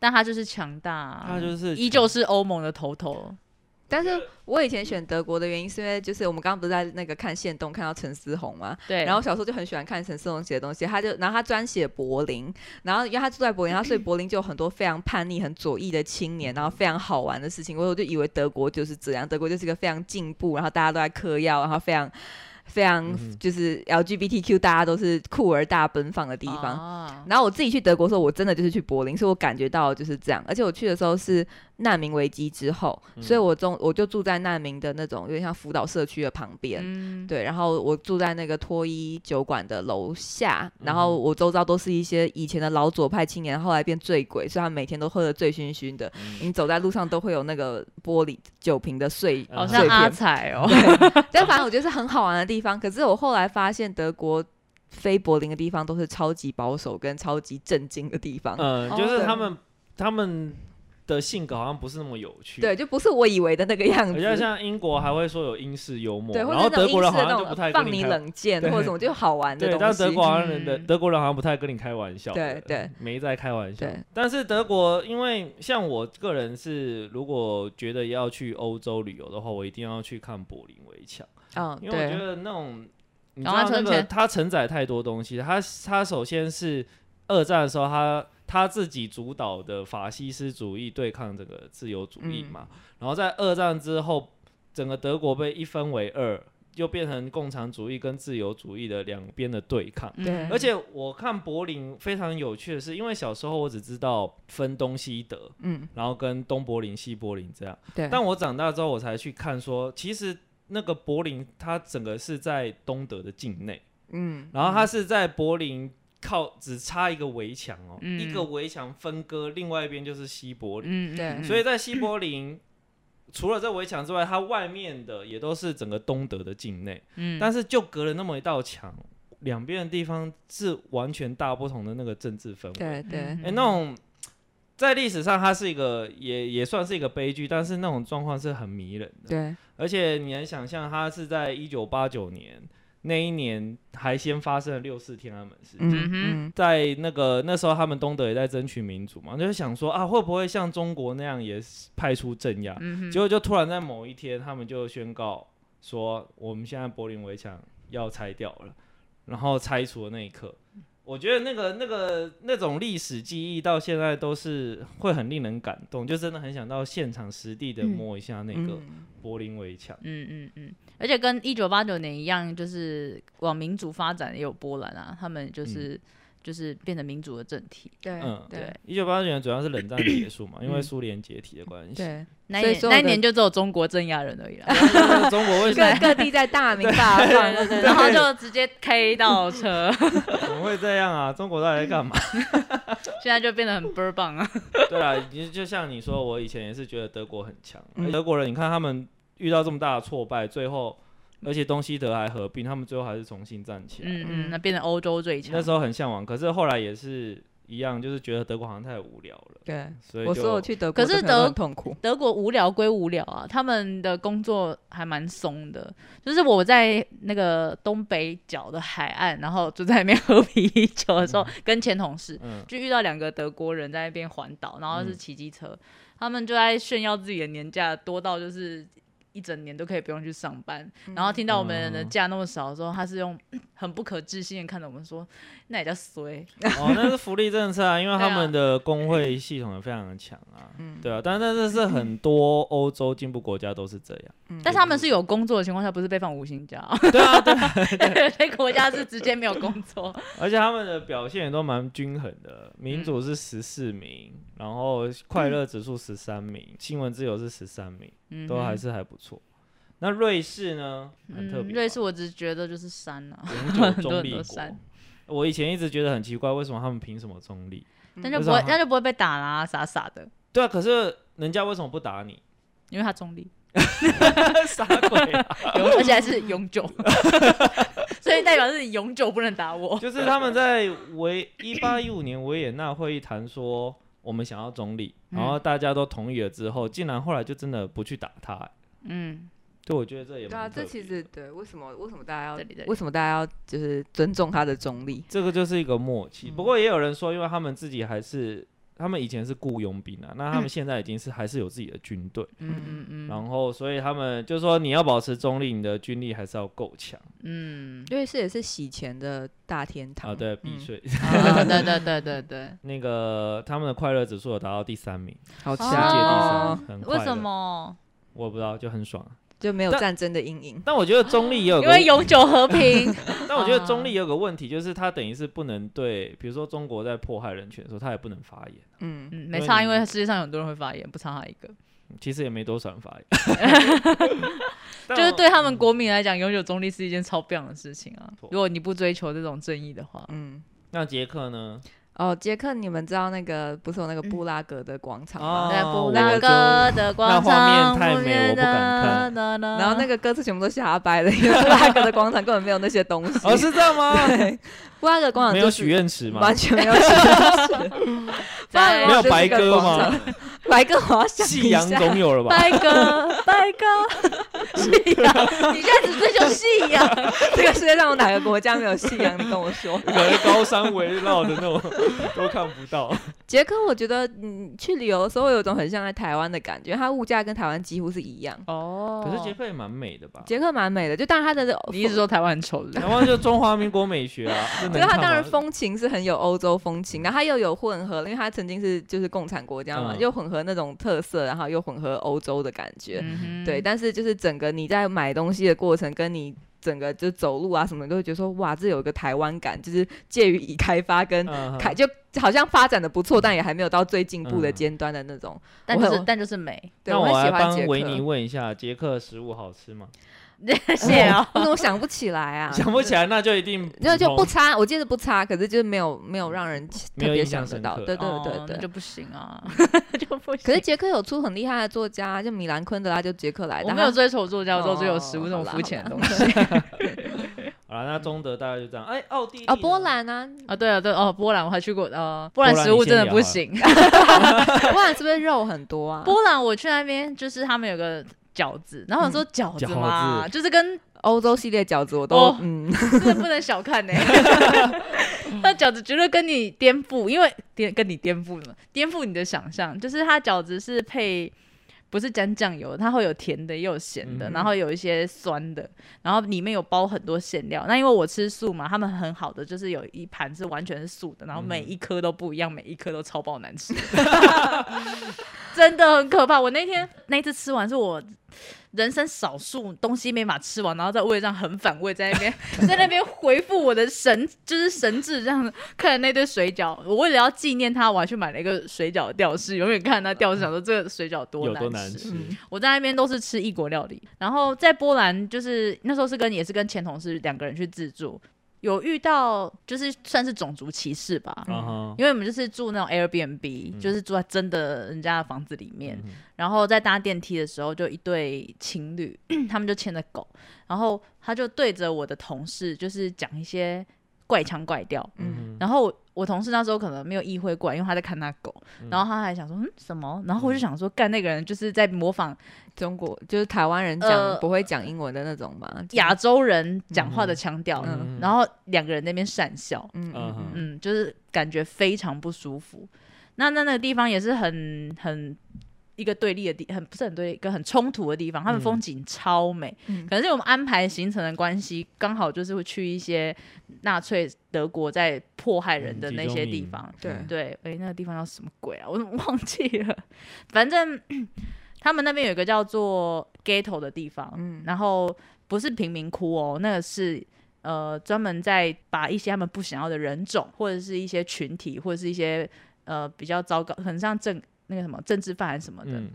但他就是强大，啊
它就是
依旧是欧盟的头头。
但是我以前选德国的原因是因为就是我们刚刚不是在那个看线动看到陈思宏嘛，
对，
然后小时候就很喜欢看陈思宏写的东西，他就然后他专写柏林，然后因为他住在柏林，他所以柏林就有很多非常叛逆、很左翼的青年，然后非常好玩的事情。我我就以为德国就是这样，德国就是一个非常进步，然后大家都在嗑药，然后非常非常
嗯哼
就是 LGBTQ，大家都是酷儿大奔放的地方。
啊
然后我自己去德国的时候，我真的就是去柏林，所以我感觉到就是这样。而且我去的时候是难民危机之后，
嗯
所以我中我就住在难民的那种有点像辅导社区的旁边。
嗯，
对，然后我住在那个脱衣酒馆的楼下，然
嗯
后
哼
我周遭都是一些以前的老左派青年，后来变醉鬼，所以他们每天都喝得醉醺醺的。
嗯
你走在路上都会有那个玻璃酒瓶的呃碎，
好
碎
像
片
阿彩哦，
但反正我觉得是很好玩的地方。可是我后来发现，德国非柏林的地方都是超级保守跟超级震惊的地方。
嗯、
哦
就是他们他们的性格好像不是那么有趣，
对，，就不是我以为的那个样
比较
子，
像英国还会说有英式幽默，
对，或
然后
者是那
德
种
国
英
人好像
式的那
就不太跟
种放
你
你
开。
冷箭
对
或者什么就好玩的
对，
东
但
西。
德国好像人的
嗯
德国人好像不太跟你开玩笑，
对对，
没在开玩笑
对。
但是德国，因为像我个人是，如果觉得要去欧洲旅游的话，我一定要去看柏林围墙。
嗯，
因为我觉
对，
得那种，你知道
赶快
那
存
个
钱
它承载太多东西，它它首先是二战的时候，它它自己主导的法西斯主义对抗这个自由主义
嗯
嘛，然后在二战之后，整个德国被一分为二，又变成共产主义跟自由主义的两边的对抗。
对
嗯
而且我看柏林非常有趣的是，因为小时候我只知道分东西德，
嗯，
然后跟东柏林、西柏林这样。
对。
但我长大之后，我才去看说，其实那个柏林它整个是在东德的境内，
嗯，
然后它是在柏林靠只差一个围墙哦，
嗯
一个围墙分割，另外一边就是西柏林，
嗯，嗯
对
所以在西柏林。除了这围墙之外，它外面的也都是整个东德的境内，
嗯，
但是就隔了那么一道墙，两边的地方是完全大不同的那个政治氛围。
对对
嗯，
哎、那种在历史上它是一个也也算是一个悲剧，但是那种状况是很迷人的。
对，
而且你能想象，它是在一九八九年那一年还先发生了六四天安门事件。
嗯
嗯
哼
在那个那时候，他们东德也在争取民主嘛，就是想说啊，会不会像中国那样也是派出镇压？
嗯哼
结果就突然在某一天，他们就宣告说，我们现在柏林围墙要拆掉了。然后拆除的那一刻，我觉得那个那个那种历史记忆到现在都是会很令人感动，就真的很想到现场实地的
嗯
摸一下那个
嗯
柏林围墙。
嗯嗯嗯，而且跟一九八九年一样，就是往民主发展也有波兰啊，他们就是、就是变成民主的政体，
对
嗯
嗯对
一九八九年主要是冷战结束嘛，因为
嗯
苏联解体的关系。
对，
那一
所以
年
所有
那一
的
年就只有中国镇压人而已 啦，
中国为什么
各各地在大名大放， 对对
然
对
后就直接开到车，
怎么会这样啊？中国到底在干嘛？
现在就变得很倍儿棒啊！
对啊，就就像你说，我以前也是觉得德国很强，啊
嗯
德国人你看他们遇到这么大的挫败，最后而且东西德还合并，他们最后还是重新站起来。
嗯嗯，那变成欧洲最强
那。时候很向往，可是后来也是一样，就是觉得德国好像太无聊了，
对。
所以
我
就
说我去德国，
可是德
很痛苦，
德国无聊归无聊啊，他们的工作还蛮松的。就是我在那个东北角的海岸，然后就在那边喝啤酒的时候，跟前同事
嗯
就遇到两个德国人在那边环岛，然后是
嗯
骑机车，他们就在炫耀自己的年假多到就是。一整年都可以不用去上班，然后听到我们的
嗯
假那么少的时候，他是用很不可置信的看着我们说：“那也叫衰。
哦，那是福利政策啊，因为
对啊
他们的工会系统也非常的强啊，
嗯
对啊，但但这是很多欧洲进步国家都是这样，”
但是他们是有工作的情况下，不是被放无薪假、
嗯对啊，对啊，
有些国家是直接没有 工作。
而且他们的表现也都蛮均衡的，民主是十四名，然后快乐指数十三名，新闻自由是十三名，
嗯
都啊还
哼
是还不错。那瑞士呢，很特别
嗯，
吧、啊
瑞士我只是觉得就是山啊，
永久
很多
中
很
立
多
国
山。
我以前一直觉得很奇怪，为什么他们凭什么中立？
那
嗯为
就不
什么
会，
他
那就不会被打啦，傻傻的，
对啊，可是人家为什么不打你？
因为他中立，
傻鬼啊、
永而且还是永 久，所以代表是你永久不能打我。
就是他们在维一八一五年维也纳会议谈说我们想要中立，然
嗯
后大家都同意了之后，竟然后来就真的不去打他、欸
嗯，
对，我觉得这也
对啊，
蛮特
这
别
其实对，为什么为什么大家
这里这
要
里
为什么大家要就是尊重他的中立？
这个就是一个默契。
嗯
不过也有人说，因为他们自己还是他们以前是雇佣兵啊，那他
嗯
们现在已经是还是有自己的军队，
嗯嗯嗯
然后所以他们就说你要保持中立，你的军力还是要够强
嗯，
瑞士也是洗钱的大天堂
啊。对，避
嗯
税。
啊对 对对对对，
那个他们的快乐指数有达到第三名，
好
世界第三，
强，哦
很快
哦为
乐
什？么？
我也不知道，就很爽啊。
就没有
但
战争的阴影。
但我觉得中立也有
因
个
为，永久和 平。
但我觉得
啊
中立也有个问题，就是他等于是不能对，比如说中国在迫害人权的时候，他也不能发言。
嗯，
嗯，没差，因为世界上有很多人会发言，不差他一个。
其实也没多少人发 言，但
就是
我嗯
对他们国民来讲，永久中立是一件超棒的事情啊
错。
如果你不追求这种正义的话，
嗯。
那杰克 呢？
哦，杰克，你们知道那个不是有那个布拉格的广场吗？
对，
哦
布
我
拉
就
格的广
那
场，
画面太美我不敢看
看。
然
然
后那个歌词全部都瞎掰了，因为布拉格的广场根本没有那些东西。
哦，是这样吗？
对，布拉格广场
没
就
有
是
许愿池吗？
完全没有许愿池布拉格
有
没
广场就是一
白
个
鸽
广
吗
场？白鸽我要想
夕
一
阳
下。
总有了 吧？
拜 哥，拜哥，信仰，你现在只追求信仰。
这个世界上有哪个国家没有信仰？你跟我说。
可能高山围绕的那种都看不 到。
杰克，我觉得你去旅游的时候，有一种很像在台湾的感觉，它物价跟台湾几乎是一样。
哦
可是杰克也蛮美的吧？
杰克蛮美的，就当然它的
你一直说台湾很丑的，
台湾就中华民国美学 啊，这
就
能
是它
看吗
当然风情是很有欧洲风情，然后它又有混合，因为它曾经是就是共产国家嘛，
嗯
又混合那种特色，然后又混合欧洲的感觉。
嗯哼
对，，但是就是整个你在买东西的过程，跟你整个就走路啊什么的，都会觉得说哇，这有一个台湾感，就是介于已开发跟
嗯哼
开，就好像发展的不错，但也还没有到最进步的
嗯
尖端的那种。
但就
我
是
很
但就是美，
对，
那我
很
来
喜欢
帮
杰克。
维 尼问一下，杰克食物好吃吗？
谢啊。
为什么想不起来啊？
想不起来，那就一定
那就不
普通
差，我记得不差，可是就是没有没有让人
没有
特别
印象
想得
深
到。
刻
对对
哦
对
那
对
就。不行 啊，就不行。
可是杰克有出很厉害的作家，就米兰昆德拉，就杰克来的。
我没
他
有追求作家，我都追求食物这
哦
种
好啦
肤浅的
好
东
啦
西
好了，那中德大概就这样。哎，奥地利
哦，
呢
波兰啊，
啊。对啊，对哦，波兰我还去过，呃，波
兰
兰食物真的不
你先
行。
波兰是不是肉很多啊？
波兰我去那边就是他们有个饺子，然后我说饺子
饺
嘛，
子
就是跟
欧洲系列饺子我都、
哦
嗯，
真的不能小看呢、 那饺子绝对跟你颠覆，因为颠跟你颠覆了，颠覆你的想象。就是它饺子是配不是沾酱油，它会有甜的，也有咸的，然后有一些酸的，然后里面有包很多馅料。那因为我吃素嘛，他们很好的就是有一盘是完全是素的，然后每一颗都不一样，每一颗都超爆难吃， 真的很可怕。我那天那一次吃完是我。人生少数东西没法吃完，然后在胃上很反胃，在那边 在那边回复我的神， 就是神智这样子看着那堆水饺。我为了要纪念他，我还去买了一个水饺吊饰，永远看那吊饰，想说这个水饺多
有多
难
难
吃。
吃？
我在那边都是吃异国料理，然后在波兰就是那时候是跟也是跟前同事两个人去自助，有遇到就是算是种族歧视吧，
嗯
啊哈，
因为我们就是住那种 Airbnb，、
嗯
就是住在真的人家的房子里面，
嗯
然后在搭电梯的时候，就一对 情侣，他们就牵着狗，然后他就对着我的同事就是讲一些怪腔怪调，
嗯
然后我我同事那时候可能没有意会过来，因为他在看他狗，然后他还想说嗯什么，然后我就想说干那个人就是在模仿
中国就是台湾人
呃
讲不会讲英文的那种吧？
亚洲人讲话的
嗯
腔调，
嗯
然后两个人在那边讪笑，
嗯
嗯
嗯嗯，
嗯，就是感觉非常不舒服。那那那个地方也是很很一个对立的地，很不是很对立，一个很冲突的地方。他们
嗯
风景超美，
嗯
可能是我们安排行程的关系，刚好就是会去一些纳粹德国在迫害人的那些地方。
对
对，哎、那个地方叫什么鬼啊？我怎么 忘记了？反正 他们那边有一个叫做 ghetto 的地方，
嗯
然后不是贫民窟哦，那个是呃专门在把一些他们不想要的人种，或者是一些群体，或者是一些呃比较糟糕，很像政那个什么政治犯还是什么的，
嗯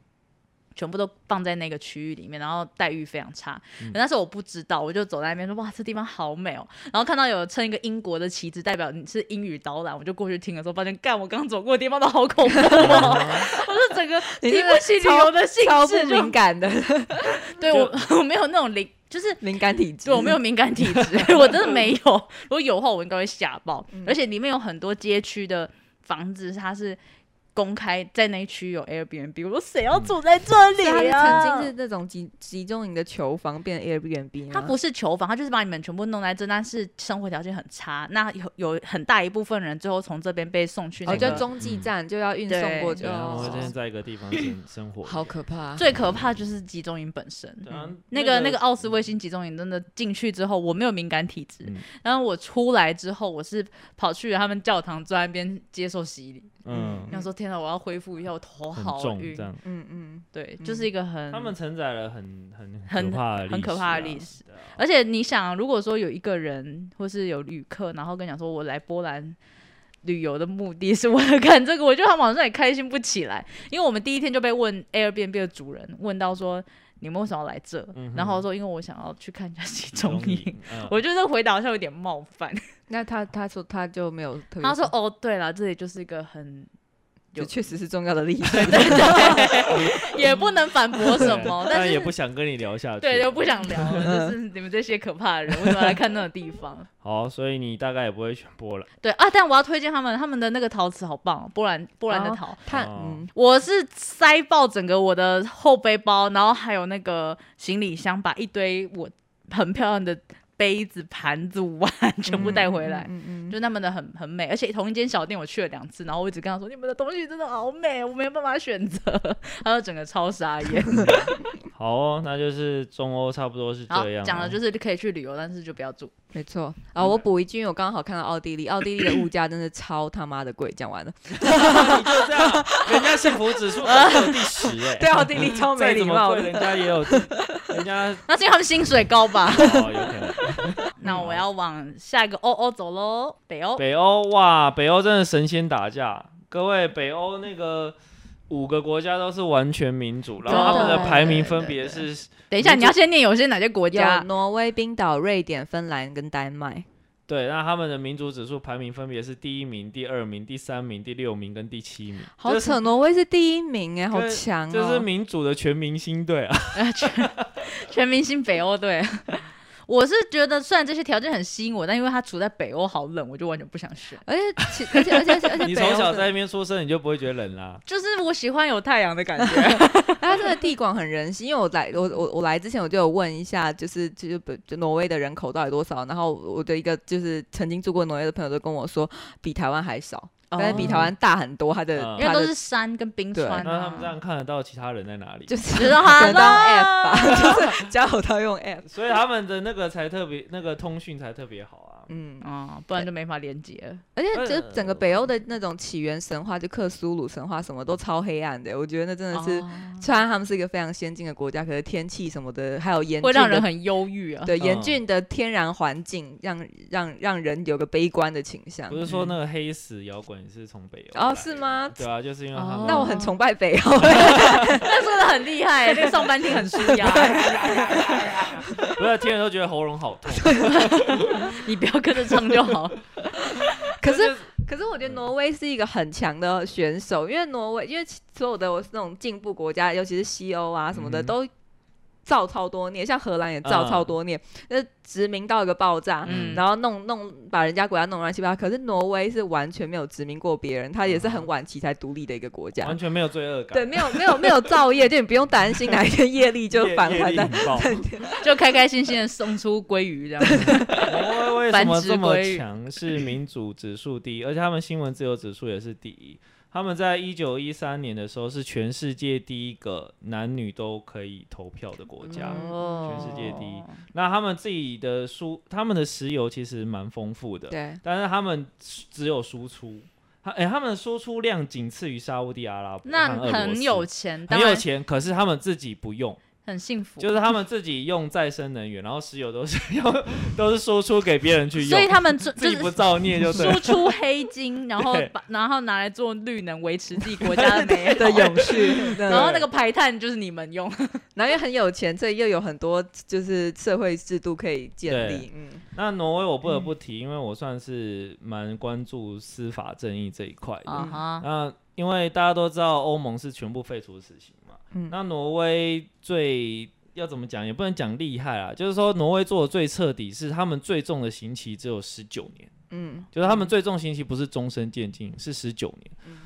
全部都放在那个区域里面，然后待遇非常差。
嗯
那时候我不知道，我就走在那边说：“哇，这地方好美哦！”然后看到有撑一个英国的旗帜，代表你是英语导览，我就过去听的时候，发现干我刚走过的地方都好恐怖 哦！
嗯
我就整个
你
提
真
不
的
起旅
超
游的兴
超不
致就，
敏感的
对我我没有那种灵，就是
敏感体质，
对我没有敏感体质， 我真的没有。如果有的话，我应该会吓爆。
嗯
而且里面有很多街区的房子，它是公开在那一区有 Airbnb，我说谁要住在这
嗯所
里
以
啊？
他曾经是那种集集中营的囚房变 Airbnb，
它
吗
不是囚房，它就是把你们全部弄在这，但是生活条件很差。那有有很大一部分人最后从这边被送去
哦，
那
就
个，
中继站就要运送过去
对，他们会
哦
先，在一个地方生生活，
好可怕，
最可怕就是集中营本身。
对啊
嗯那个那个奥斯卫星集中营真的进去之后，我没有敏感体质，
嗯
然后我出来之后，我是跑去他们教堂坐在那边接受洗礼，
嗯
想说天哪，我要恢复一下，我头
很
好
重
晕
这。样，
嗯嗯，
对，
嗯
就是一个很
他们承载了很很
很
可怕的历史啊
很可怕的历史。
对啊
而且你想，如果说有一个人或是有旅客，然后跟你讲说我来波兰旅游的目的是为了看这个，我觉得他们好像也开心不起来，因为我们第一天就被问 Airbnb 的主人问到说你们为什么要来这，
嗯哼
然后说因为我想要去看一下集中营。，
嗯
我觉得这个回答好像有点冒 犯。
那他他说他就没有特别，
他说：“哦，对了，这里就是一 个很
这确实是重要的例 子，
也不能反驳什么，
对
但
但
是
也不想跟你聊下去，
对，就不想聊 了，就是你们这些可怕的人为什么要来看那种地方？
好，所以你大概也不会选波兰，
对啊，但我要推荐他们，他们的那个陶瓷好棒哦，波兰波兰的
哦
陶。
他
哦
嗯
我是塞爆整个我的后背包，然后还有那个行李箱，把一堆我很漂亮的杯子、盘子、碗 全部带回来。
嗯嗯嗯
就他们的很很美，而且同一间小店我去了两次，然后我一直跟他说你们的东西真的好美，我没有办法选择， 他就整个超傻 眼。
好哦，那就是中欧差不多是
然后
这样哦，
讲
啊
的就是可以去旅游，但是就不要住。
没错啊，我补一句，因为我刚好看到奥地利，奥地利 的物价真的超他妈的贵，讲完了，
你就这样，人家幸福指数可是有第十 哎，
对，奥地利
啊
超没
再
礼
怎么
貌
贵，
的，
人家也有，人家
那是因为他们薪水高吧？
哦，有可能。
嗯那我要往下一个欧欧走喽，北
哦
欧。
北欧哇，北欧真的神仙打架，各位，北欧那个五个国家都是完全民主，然后他们的排名分别是
等一下，
民
你
主
要先念有些哪些国
有
家？
挪威、冰岛、瑞典、芬兰跟丹麦，
对，那他们的民主指数排名分别是第一名、第二名、第三名、第六名跟第七名，
好
这
扯，
是
挪威是第一名哎，好
这
强
这是
哦，
民主的全明星队啊！
呃全 明星北欧队。 我是觉得，虽然这些条件很吸引我，但因为它处在北欧好冷，我就完全不想选。
而且其而且而且而且而且
你
北
从
欧
小
真的
在那边出生，你就不会觉得冷啦。
就是我喜欢有太阳的感 觉。
它真的地广很人稀，因为我来我我我来之前我就有问一下，就是就是本就挪威的人口到底多少，然后我的一个就是曾经住过挪威的朋友就跟我说，比台湾还少，但是比台湾大很多，它的
嗯
因为
它
都
的
是山跟冰
哦对
川
那他们这
啊。
样看得到其他人在哪里，
就是
知道它
可能当
啦
app 吧， 就是交友到用 app，
所以他们的那个才特别，那个通讯才特别好啊。
嗯，
哦，不然就没法连接了。
而且就是整个北欧的那种起源神话，就克苏鲁神话什么都超黑暗的，我觉得那真的是，
哦
虽然他们是一个非常先进的国家，可是天气什么的，还有严
会
峻
让人
的
很忧郁啊。
对
嗯
严峻的天然环境，让让让人有个悲观的倾向
不。是说那个黑死摇滚也是从北欧来
嗯哦，
的
是？吗？
对啊，就是因为他
哦
们
那我很崇拜北欧， 欸
那真的很厉害，那个上班听很舒压。
不是听人都觉得喉咙好痛，
你不要跟着唱就好。
可是可是我
嗯
觉得挪威是一个很强的选手，因为挪威，因为其所有的我那种进步国家，尤其是西欧啊什么的，
嗯
都造超多孽，像荷兰也造超多孽，那、殖民到一个爆炸，
嗯
然后弄弄把人家国家弄乱七八糟。可是挪威是完全没有殖民过别人，它也是很晚期才独立的一个国家，
嗯完全没有罪恶感，
对，没有没有没有造业，就你不用担心哪一天业力 就
业
返
业
还
力
到
引爆
就开开心心的送出鲑鱼这样。
挪威为什
繁
么
殖
这么
规律
强？是民主指数第 一，而且他们新闻自由指数也是第一。他们在一九一三年的时候是全世界第一个男女都可以投票的国家。
哦
全世界第一。那他们自己的输，他们的石油其实蛮丰富的，
对。
但是他们只有输出，他哎、他们的输出量仅次于沙乌地阿拉伯，
那
和俄罗
很
斯
有钱，
很
当
有
然
钱，可是他们自己不用，
很幸福。
就是他们自己用再生能源，然后石油都是 用都是输出给别人去用，
所以他们就
自
就
己不
是
造孽就对了
输。出黑 金，然后
对
把然后拿来做绿能，维持自己国家的 美
的
好。
永 续，对
然后那个排碳就是你们用，
然后又很有钱，所以又有很多就是社会制度可以建立。嗯，
那挪威我不得
嗯
不提，因为我算是蛮关注司法正义这一块的。
啊哈，
那因为大家都知道欧盟是全部废除死刑嘛，
嗯
那挪威最要怎么讲，也不能讲厉害啦，就是说挪威做的最彻底是他们最重的刑期只有十九年，
嗯，
就是他们最重刑期不是终身监禁，是十九年，
嗯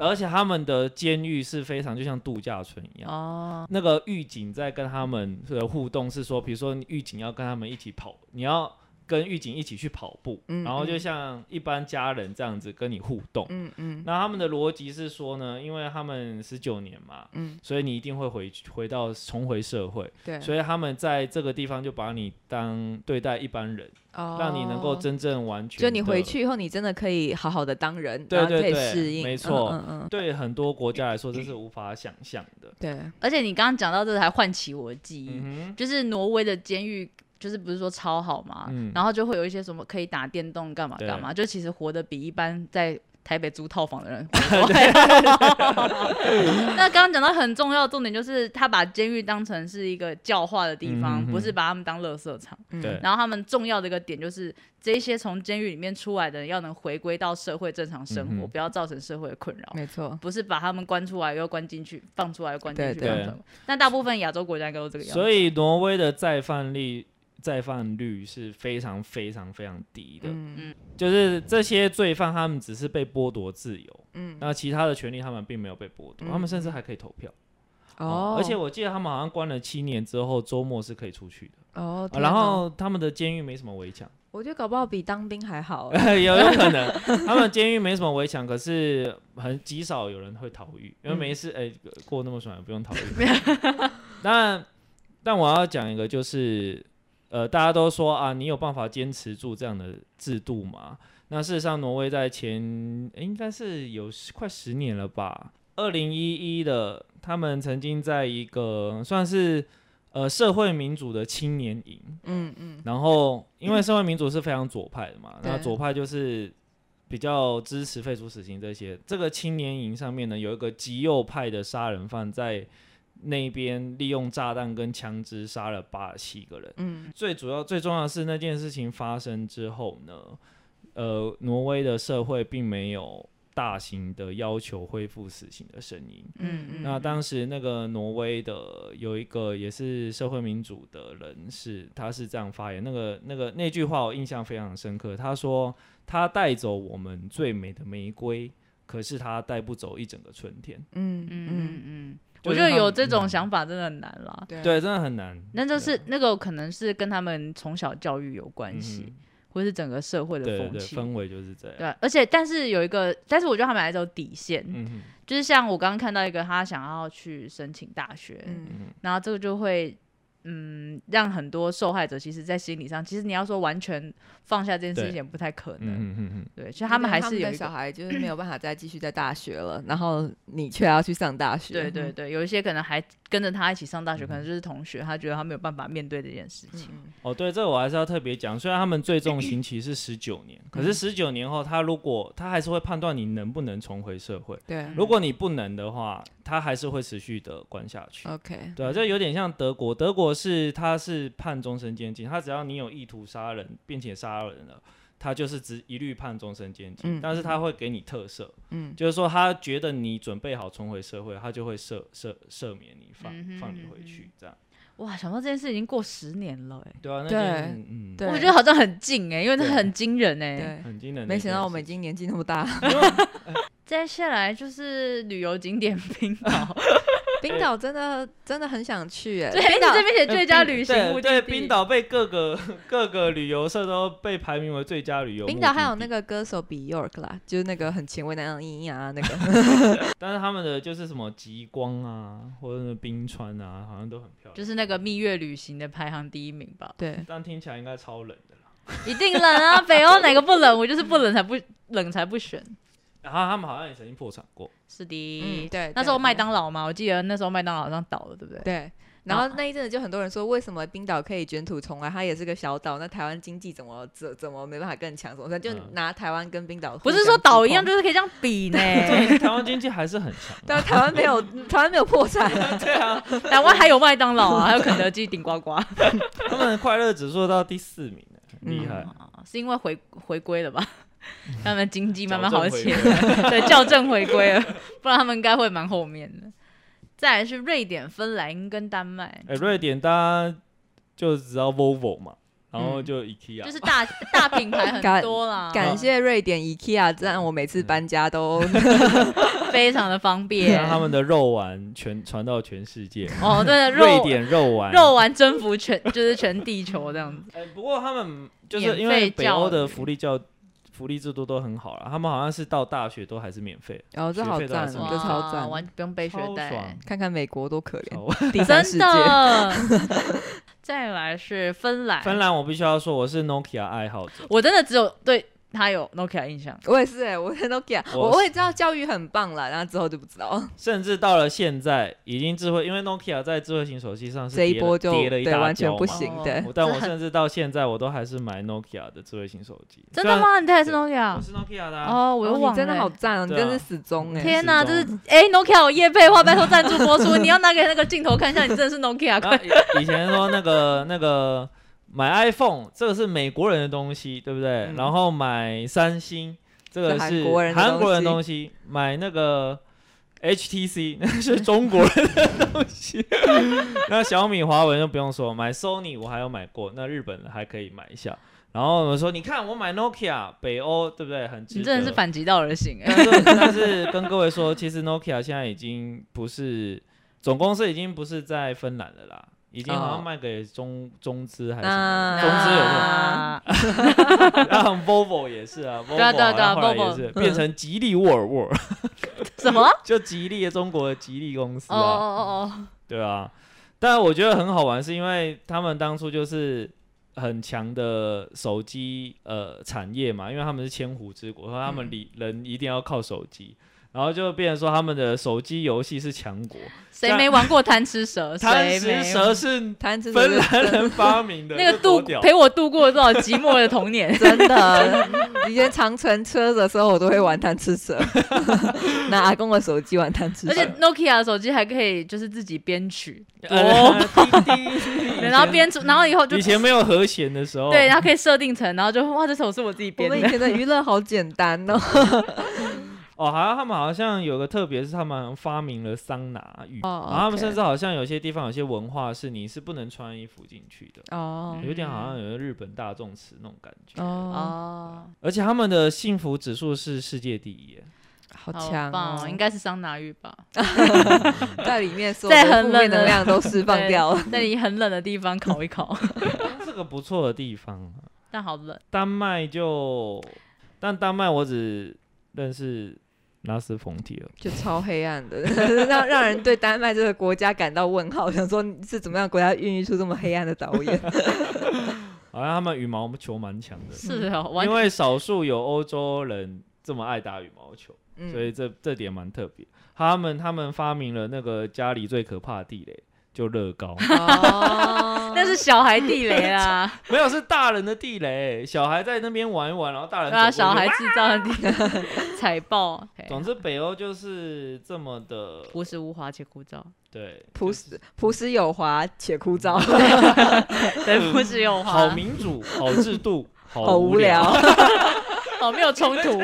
而且他们的监狱是非常就像度假村一样。
哦，
那个狱警在跟他们的互动是说，比如说你狱警要跟他们一起跑，你要跟狱警一起去跑步，
嗯
然后就
嗯
像一般家人这样子跟你互动。
嗯嗯
那他们的逻辑是说呢，因为他们十九年嘛，
嗯，
所以你一定会回去回到重回社会，
对，
所以他们在这个地方就把你当对待一般人，
哦
让你能够真正完全。
就你回。去以后，你真的可以好好的当人，
对
然后
对
可以
对
适应，
没错
嗯嗯嗯，
对很多国家来说，这是
嗯
无法想象的。
对，
而且你刚刚讲到这个还唤起我的记忆，
嗯
就是挪威的监狱，就是不是说超好
啊
嘛，
嗯
然后就会有一些什么可以打电动干嘛干嘛，就其实活得比一般在台北租套房的人活 得好。 那刚刚讲到很重要的重点，就是他把监狱当成是一个教化的地方，
嗯哼
不是把他们当垃圾场。
嗯
对
然后他们重要的一个点就是，这些从监狱里面出来的人要能回归到社会正常生活，
嗯哼
不要造成社会的困扰。
没错，
不是把他们关出来又关进去，放出来又关进去，
对
放
对
出来。但大部分亚洲国家应该都这个样子。
所以挪威的再犯率再犯率是非常非常非常低的，
嗯
就是这些罪犯他们只是被剥夺自由，
嗯，
那其他的权利他们并没有被剥夺，
嗯
他们甚至还可以投票。
哦，
而且我记得他们好像关了七年之后，周末是可以出去的。啊
哦，天
然
哪
后他们的监狱没什么围墙，，
我觉得搞不好比当兵还好欸
有有可能，他们监狱没什么围墙，可是很极少有人会逃狱，因为没事，哎、过那么爽也不用逃狱。但但我要讲一个，就是呃，大家都说啊，你有办法坚持住这样的制度吗？那事实上，挪威在前、诶应该是有十快十年了吧，二零一一的，他们曾经在一个算是呃社会民主的青年营，
嗯嗯
然后，因为社会民主是非常左派的嘛，
对
那左派就是比较支持废除死刑这些。这个青年营上面呢，有一个极右派的杀人犯在那边利用炸弹跟枪支杀了八十七个人。
嗯，
最主要、最重要的是那件事情发生之后呢，呃，挪威的社会并没有大型的要求恢复死刑的声音。
嗯嗯
那当时那个挪威的有一个也是社会民主的人士，他是这样发言，那个那个那句话我印象非常深刻。他说：“他带走我们最美的玫瑰，可是他带不走一整个春天。
嗯
嗯
嗯
嗯嗯，
就
我
是
觉得
他们嗯
有这种想法真的很难啦。”
对
对，真的很难。啊
那就是那个可能是跟他们从小教育有关系，
嗯
或是整个社会的
对对
风
对，
气。
氛围就是这样。
对啊，而且但是有一个，但是我觉得他们还是有底线，
嗯
就是像我刚刚看到一个，他想要去申请大学，
嗯，
嗯，
然后这个就会嗯让很多受害者，其实在心理上，其实你要说完全放下这件事情
对
也不太可能，
嗯嗯嗯
对，所以他们还是有
的
一
小
个。
孩就是没有办法再继续在大学了，然后你却要去上大学，
对对对，有一些可能还跟着他一起上大学，
嗯
可能就是同学，他觉得他没有办法面对这件事情。
嗯，
哦，对，这个我还是要特别讲。虽然他们最重刑期是十九年，可
嗯
是十九年后，他如果他还是会判断你能不能重回社会。
对
嗯
如果你不能的话，他还是会持续的关下去。
，OK，
对啊，这有点像德国，德国是他是判终身监禁，他只要你有意图杀人并且杀人了，他就是只一律判终身监禁，
嗯
但是他会给你特赦，
嗯
就是说他觉得你准备好重回社会，他就会赦赦赦免你放、
嗯哼
放你
嗯
回去，这样
哇，想到这件事已经过十年了、欸，
对啊，那
对
件嗯，
对
我觉得好像很近哎、因为它
对
很惊人哎、
对，
很惊人的
没
一件事情，
想到我们已经年纪那么大，
接下来就是旅游景点冰岛，
冰岛真的真的很想去哎，
对，你这 边写
呃
最佳
冰
旅行目
对对
的地，
冰岛被各个 各个旅游社都被排名为最佳旅游目的地。
冰岛还有那个歌手 Bjork 啦，就是那个很前卫那样音啊，那个
但是他们的就是什么极光啊，或者是冰川啊，好像都很漂亮。
就是那个蜜月旅行的排行第一名吧，
对，
但听起来应该超冷的啦。
一定冷啊！北欧哪个不冷？我就是不冷才不冷才不选。
然啊后他们好像也曾经破产 过，
是
嗯
的，
对，
那时候
对
麦当劳嘛，我记得那时候麦当劳好像倒了，对不对？
对。然后那一阵子就很多人说，为什么冰岛可以卷土重来？它也是个小岛，那台湾经济怎么怎怎么没办法更强？什么的？就
嗯
拿台湾跟冰岛互
不是
相
说
比
倒一样，
况，
就是可以这样比呢。
台湾经济还是很强啊、
但台湾没 有台湾没有破产，
台湾还有麦当劳啊，还有肯德基顶呱呱，
他们的快乐指数到第四名欸很厉害。
哦是因为回回归了吧？他们经济慢慢
矫
好
正
起
回
来，
归
对，校正回归了，不然他们应该会蛮后面的。再来是瑞典、芬兰跟丹麦，
哎、瑞典大家就知道 Volvo 嘛，然后就啊 IKEA，、
嗯就是大大品牌很多啦，
感谢瑞典 IKEA，这样我每次搬家都
非常的方便
让。他们的肉丸全传到全世界。
哦，对，
瑞
肉
典肉丸，
肉丸征服全就是全地球这样 子。
哎、不过他们就是
免
因为
费
北欧
教
的
育
福利教福利制度都很好了，他们好像是到大学都还是免费，
哦，这
学
好
费都还
赞
是
哦，
蛮
这
哇
超赞
完！全不用背学
超
贷
爽，。
看看美国多可怜，
超
第三世
真
界。
的。再来是芬兰，
芬兰我必须要说，我是 Nokia 爱好 者，
我真的只有对他有 Nokia 印象。
我也是哎、我在 Nokia，
我
我我也知道教育很棒啦，然后之后就不知道，
甚至到了现在已经智慧，因为 Nokia 在智慧型手机上是
这一
跌了
波就
跌了一
对
大
完全
跤
不
嘛
行
哦
对
我但
这
我
很
甚至到现在我都还是买 Nokia 的智慧型手机，
真的
虽然？
吗？你太是
我
Nokia？
是 Nokia 的、啊。
哦，我又
哦
忘了。
你真的好赞哦，你
对啊
真是死忠哎、
天哪，
失
这
踪
是哎 Nokia 有夜配的话，拜托赞助播 出，你要拿给那个镜头看一下，你真的是 Nokia
然
啊快
后。啊以以 前说那个那个买 iPhone 这个是美国人的东西，对不对？
嗯
然后买三星这个
是韩
是
国人的
韩国人
东
东西，买那个 HTC 那是中国人的东西。 那小米、华为就不用说，买 Sony 我还有买过，那日本还可以买一下。然后我说，你看我买 Nokia，北欧对不对？很值
你
得。
真的是反其道而行哎、
但是但是跟各位说，其实 Nokia 现在已经不是总公司，已经不是在芬兰了啦，已经好
哦
像卖给中中资还是什么
嗯
那
的，中资有没有？
啊
然后 Volvo 也是啊
啊对啊
，Volvo
对啊
然后后来也是
Volvo
变成吉利沃尔沃，
什 么？
就吉利中国的吉利公司
哦
啊，
哦哦
对啊。但我觉得很好玩，是因为他们当初就是很强的手机呃产业嘛，因为他们是千湖之国，说他
嗯
们里、人一定要靠手机，然后就变成说他们的手机游戏是强国，
哦，谁没玩过贪吃蛇？
贪
谁
食
没
蛇是
贪吃蛇
芬
是？
兰人发明的，
那个
这多
度
屌
陪我度过多少寂寞的 童年
真的， 以前长城车的时候，我都会玩贪吃蛇， 拿阿公的手机玩贪吃
而且
蛇。
Nokia 手机还可以就是自己编曲，
呃，滴滴
然后编出，然后以后就
以前没有和弦的时候，
对，然后可以设定成，然后就哇，这首是我自己
我
编
们以
的。
前的娱乐好简 单哦，
哦，好像他们好像有个特别，是他们好像发明了桑拿浴，
哦
然后他们
OK
甚至好像有些地方有些文化是你是不能穿衣服进去的，
哦
有点好像有日本大众吃那种感觉。
哦，
嗯哦，
而且他们的幸福指数是世界第一耶，
好
好
强
棒
哦
哦，！应该是桑拿浴吧，
在里面所有
在
的
很
负
冷
面
的
能量都释放掉了。
在你很冷的地方烤一烤。
这个不错的地方啊、
但好冷，
丹麦就，但丹麦我只认识拉斯冯提尔，
就超黑暗的， 让让人对丹麦这个国家感到问号，想说你是怎么样的国家孕育出这么黑暗的导演？
好像他们羽毛球蛮强的，
是哦，完
嗯因为少数有欧洲人这么爱打羽毛球，所
嗯，
以这这点蛮特别。他们他们发明了那个家里最可怕的地雷，就乐高，
哦，
那是小孩地雷啦，
没有是大人的地雷，小孩在那边玩一玩，然后大人走过
对啊，
去
小孩
哇
制造的地雷踩爆，
总之，北欧就是这么的，
朴实无华且枯燥，
对，
朴
就是
实朴实有华且枯燥，
对，朴实有华
好，民主，好制度，好
啊 好无聊。
聊。
好没有冲突。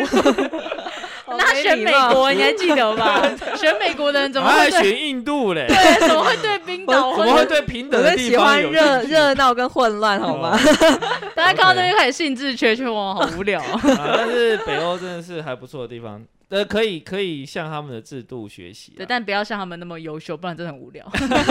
好
那
没
选
礼
美
貌
国 你还记得吧？选美国的人怎么
还
会对
选印度嘞？
对？怎么会对冰岛
哎我
或
们会
者
对平等
我
的
们
地
喜
方
欢
有
热
兴趣哦
热闹跟混乱，好吗？
大家看到这边开始兴致缺缺哦，好无聊。
啊但是北欧真的是还不错的地方，呃，可以可以向他们的制度学习
对，
啊。
但不要像他们那么优秀，不然真的很无聊。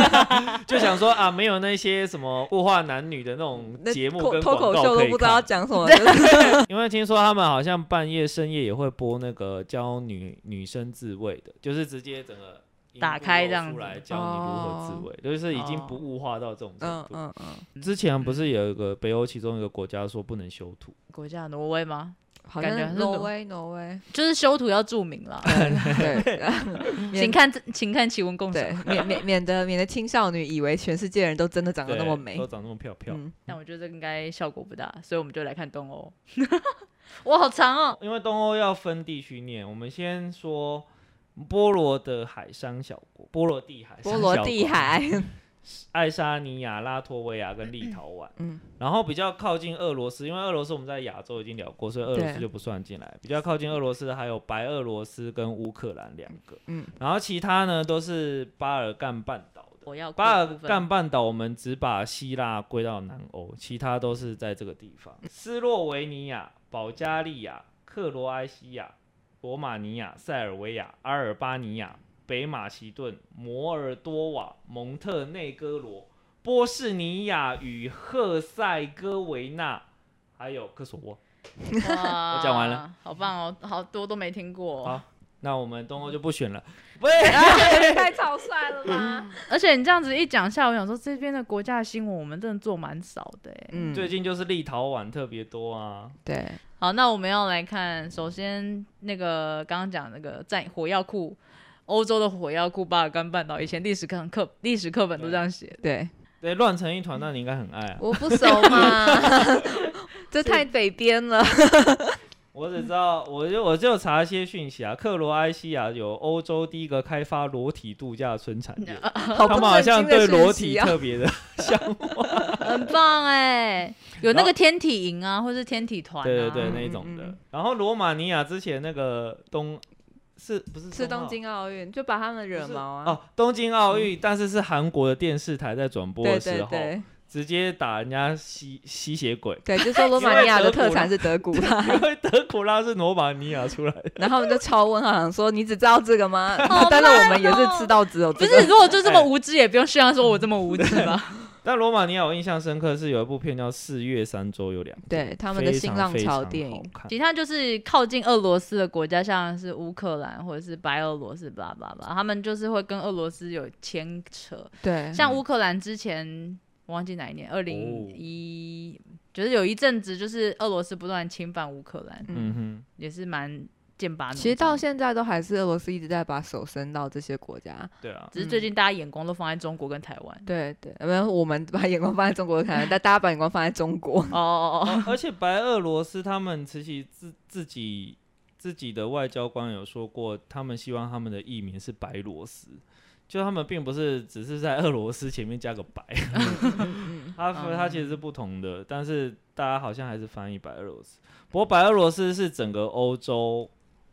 就想说啊，没有那些什么物化男女的那种
那
节目
脱
跟
脱
广
口
告
秀
可
都
以
不知道要
看，
讲什么， 就是
因为听说他们好像半夜深夜也会播那个教女女生自慰的，就是直接整个荧幕
打开
露
这样
出
子
来教你如何自慰，就是已经不
哦
物化到这种程
嗯
度。
嗯嗯，
之前不是有一个北欧其中一个国家说不能修图，
国家挪威吗？
好
感觉
像
是
挪
挪
威挪 威，
就是修图要注明了，
对，
请看请看奇闻共赏
对。，免免免得免得青少女以为全世界人都真的长得那么
对
美
都。长那么漂漂。
嗯，
但我觉得这个应该效果不大，所以我们就来看东欧。 哇，好长哦！
因为东欧要分地区念，我们先说波罗的海三小国，波罗的海，
波罗的，海，
爱沙尼亚、拉脱维亚跟立陶宛。
嗯，
然后比较靠近俄罗斯，因为俄罗斯我们在亚洲已经聊过，所以俄罗斯
对
就不算进来。比较靠近俄罗斯的还有白俄罗斯跟乌克兰两个，
嗯，
然后其他呢都是巴尔干半岛的。
我要哭
巴
的
尔
部分
干半岛，我们只把希腊归到南欧，其他都是在这个地 方。斯洛维尼亚、保加利亚、克罗埃西亚、罗马尼亚、塞尔维亚、阿尔巴尼亚、北马其顿、摩尔多瓦、蒙特内哥罗、波士尼亚与赫塞哥维那，还有科索沃。
哇
我讲完了，
好棒哦，好多都没听过。
好那我们东欧就不选了。 喂，
太草率了吧？
而且你这样子一讲下，我想说这边的国家的新闻我们真的做蛮少的欸。
嗯，
最近就是立陶宛特别多啊。
对，
好，那我们要来看，首先那个刚刚讲那个战火药库，欧洲的火药库巴尔干半岛，以前历史课课历史课本都这样写的。
对，
对，乱成一团，那你应该很爱啊。
我 不熟嘛，这太北 边了。
我只知道，我就我就查一些讯息啊。克罗埃西亚有欧洲第一个开发裸体度假村产 业，
好
他
哦不
们好像
正
对
经的
裸
讯
体
息啊
特别的 向往。
很棒哎、有那
然后
个天体营啊，或是天体团、啊，
对对对，
嗯
那一种
嗯
的
嗯。
然后罗马尼亚之前那个东是不是
是东
奥？
京奥运，就把他们惹
不是
毛啊
哦！，东京奥运，但是是韩国的电视台在转播
对
的时
对
候，
对，
直接打人家吸吸血鬼
对，就说罗马尼亚的特产是德古拉，
因为德古拉是罗马尼亚出来的。
然后他们就超问号，想说你只知道这个吗？
好
但是我们
烂
也是
哦
知道只有
不
这
是，
个。
如果就这
哎
么无知，也不用炫耀说我这么无知吧。
但罗马尼亚我印象深刻是有一部片叫《四月三周有两天》，
对他们的
非
新
常
浪
非
潮
常
电
好
影
看
其他就是靠近俄罗斯的国家，像是乌克兰或者是白俄罗斯，吧吧吧，他们就是会跟俄罗斯有牵扯。
对，
像乌克兰之前，我忘记哪一年，二零一，就是有一阵子，就是俄罗斯不断侵犯乌克兰，
嗯哼，
也是蛮剑拔弩张。
其实到现在都还是俄罗斯一直在把手伸到这些国家，
对啊。
只是最近大家眼光都放在中国跟台湾。
对对，没有我们把眼光放在中国看来，但大家把眼光放在中国，
哦哦哦，
哦而且白俄罗斯他们其实自自己自己的外交官有说过，他们希望他们的译名是白罗斯，就他们并不是只是在俄罗斯前面加个白， 它它其实是不同的，但是大家好像还是翻译白俄罗斯。不过白俄罗斯是整个欧洲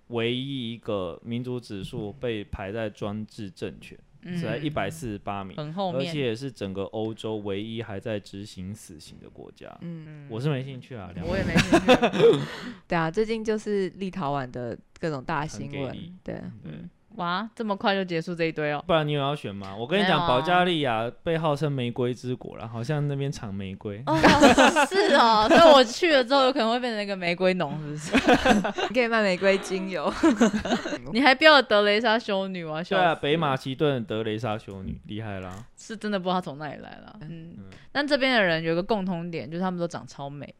唯一一个民族指数被排在专制政权，
嗯
是在一百四十八名。
很后
而
面
且。也是整个欧洲唯一还在执行死刑的国家。
嗯，
我是没兴趣啊，两
我也没兴 趣。
对啊，最近就是立陶宛的各种大
很
新
给力
闻，对，
对，
嗯哇，这么快就结束这一堆哦。
不然你有要选吗？我跟你
没
讲，
有啊
保加利亚被号称玫瑰之国啦，好像那边产玫瑰。
哦，是 哦，所以我去了之后有可能会变成一个玫瑰农，是不是？
你可以卖玫瑰精油。
你还标了德雷莎修女啊，修
对啊，北马其顿德雷莎修女厉害 啦，
是真的不知道她从哪里来了。嗯
嗯，
但这边的人有一个共通点，就是他们都长超美。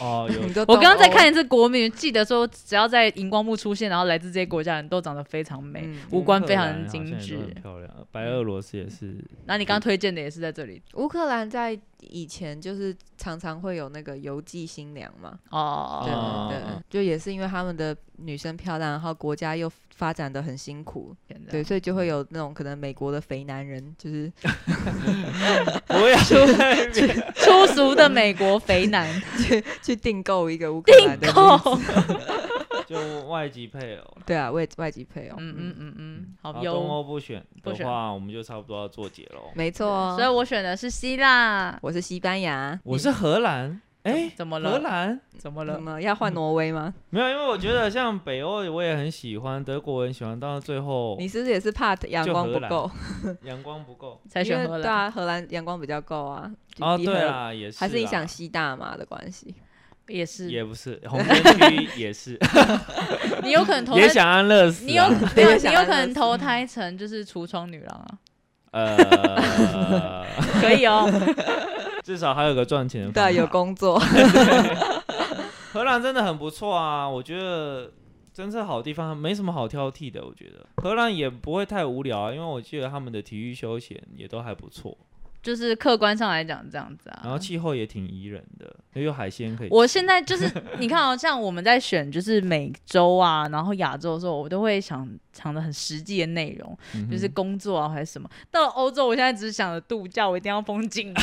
哦， 有
你就
我刚刚在
东欧
看，一次国民，记得说只要在荧光幕出现，然后来自这些国家的人都长得非常美，
嗯
五 官非常
乌克兰好像也
精
都
致。
很漂亮。白俄罗斯也是，
然后你刚刚推荐的也是在这里
乌克兰在以前就是常常会有那个邮寄新娘嘛，
哦
对
哦，
哦
对
哦，
就也是因为他们的女生漂亮，然后国家又发展的很辛苦，
现在
啊
对，所以就会有那种可能美国的肥男人，就是
我也是在那边
粗俗的美国肥男
去订购一个乌克兰的
订
女
购。
就外籍配偶。
对啊，外外籍配偶，
嗯
嗯，
嗯嗯嗯，
好哦东
好优。
欧不选
不
的
选
话，我们就差不多要做结喽。
没错哦
啊所以。我选的是希腊。
我是西班牙，
我是荷兰，哎，
怎么
荷
了？
兰
怎么
怎
了？
么要换挪威 吗？
没有，因为我觉得像北欧我也很喜欢，德国我很喜欢，到最后
你是不是也是怕阳光不
就荷兰
够？
阳光不够。
才
因为
选荷
对
兰？
啊，荷兰阳光比较够啊。就
哦，
比
对
荷
啦，也是啦，
还是你想吸大麻的关系？
也是，
也不是红灯区也 是，
你有可能投
也
胎，
想安乐死啊。
你有没
也
有？你
想
有
安
可
乐
能
死
投胎成就是橱窗女郎啊？
呃，
可以哦，
至少还有个赚钱的方法。
对，啊有工作。
荷兰真的很不错啊，我觉得真是好地方，没什么好挑剔的。我觉得荷兰也不会太无聊啊，因为我记得他们的体育休闲也都还不错，
就是客观上来讲这样子
然
哦
啊
后。气候也挺宜人的，也有海鲜可以吃。
我现在就是你看哦，像我们在选就是美洲啊，然后亚洲的时候，我都会想想的很实际的内容，
嗯哼
就是工作啊还是什么。到了欧洲，我现在只是想着度假，我一定要风景 美，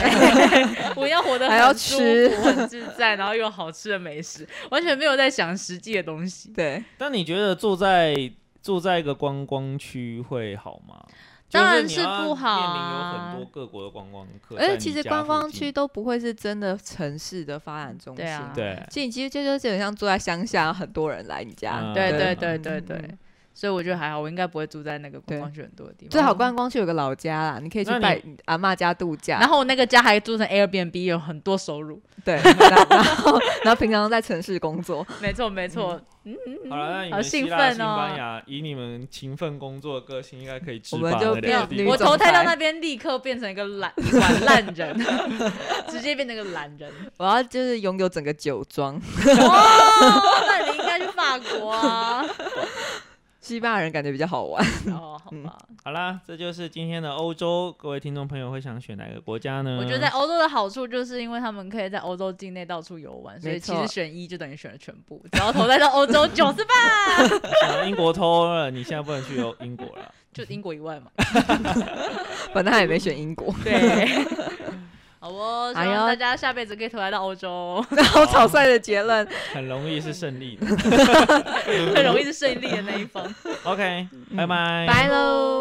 我要活得
还要
很舒
吃
服、很自在，然后又有好吃的美食，完全没有在想实际的东西。
对，
但你觉得住在住在一个观光区会好吗？
当然
就是你要
是不好啊
面临有很多各国的观光客，
而
在
且
你
其实
家
观
附
光
近
区都不会是真的城市的发展中心。
对啊
对，
其实你其实就就基本上住在乡下，很多人来你家。
嗯
对
对
对对
嗯
对
嗯
对，
嗯
所以我觉得还好，我应该不会住在那个观
对
光区很多的地方。
最好观光区有个老家啦，你可以去
那你
拜你阿嬷家度假。
然后我那个家还住成 Airbnb，有很多收入。
对，然后然后然后平常在城市工作，
没错没错，
嗯
嗯
好了，那你
好
们希
兴
腊、
奋
西班
哦
牙，以你们勤奋工作的个性，应该可以制
我
霸
们就
那
变
两个地
女
方
我
总
投胎到
裁
那边立刻变成一个 懒软烂人，直接变成个懒人。
我要就是拥有整个酒庄。
哦，那你应该去法 国啊。
西班牙人感觉比较好玩。
哦，好吧，
好啦，这就是今天的欧洲，各位听众朋友会想选哪个国家呢？
我觉得在 欧洲的好处就是因为他们可以在欧洲境内到处游玩，所以
没
其
错
实选一就等于选了全部，只要投胎到欧洲九 十八，
呃英国偷了，你现在不能去欧英国了。
就英国以 外嘛。
本来也没选英国，
对。好哦，希
哎
望
呦
大家下辈子可以投胎到 欧洲，
好草率的结论。
很容易是胜 利的。
很容易是胜利的那一方。
OK，拜拜。
拜喽。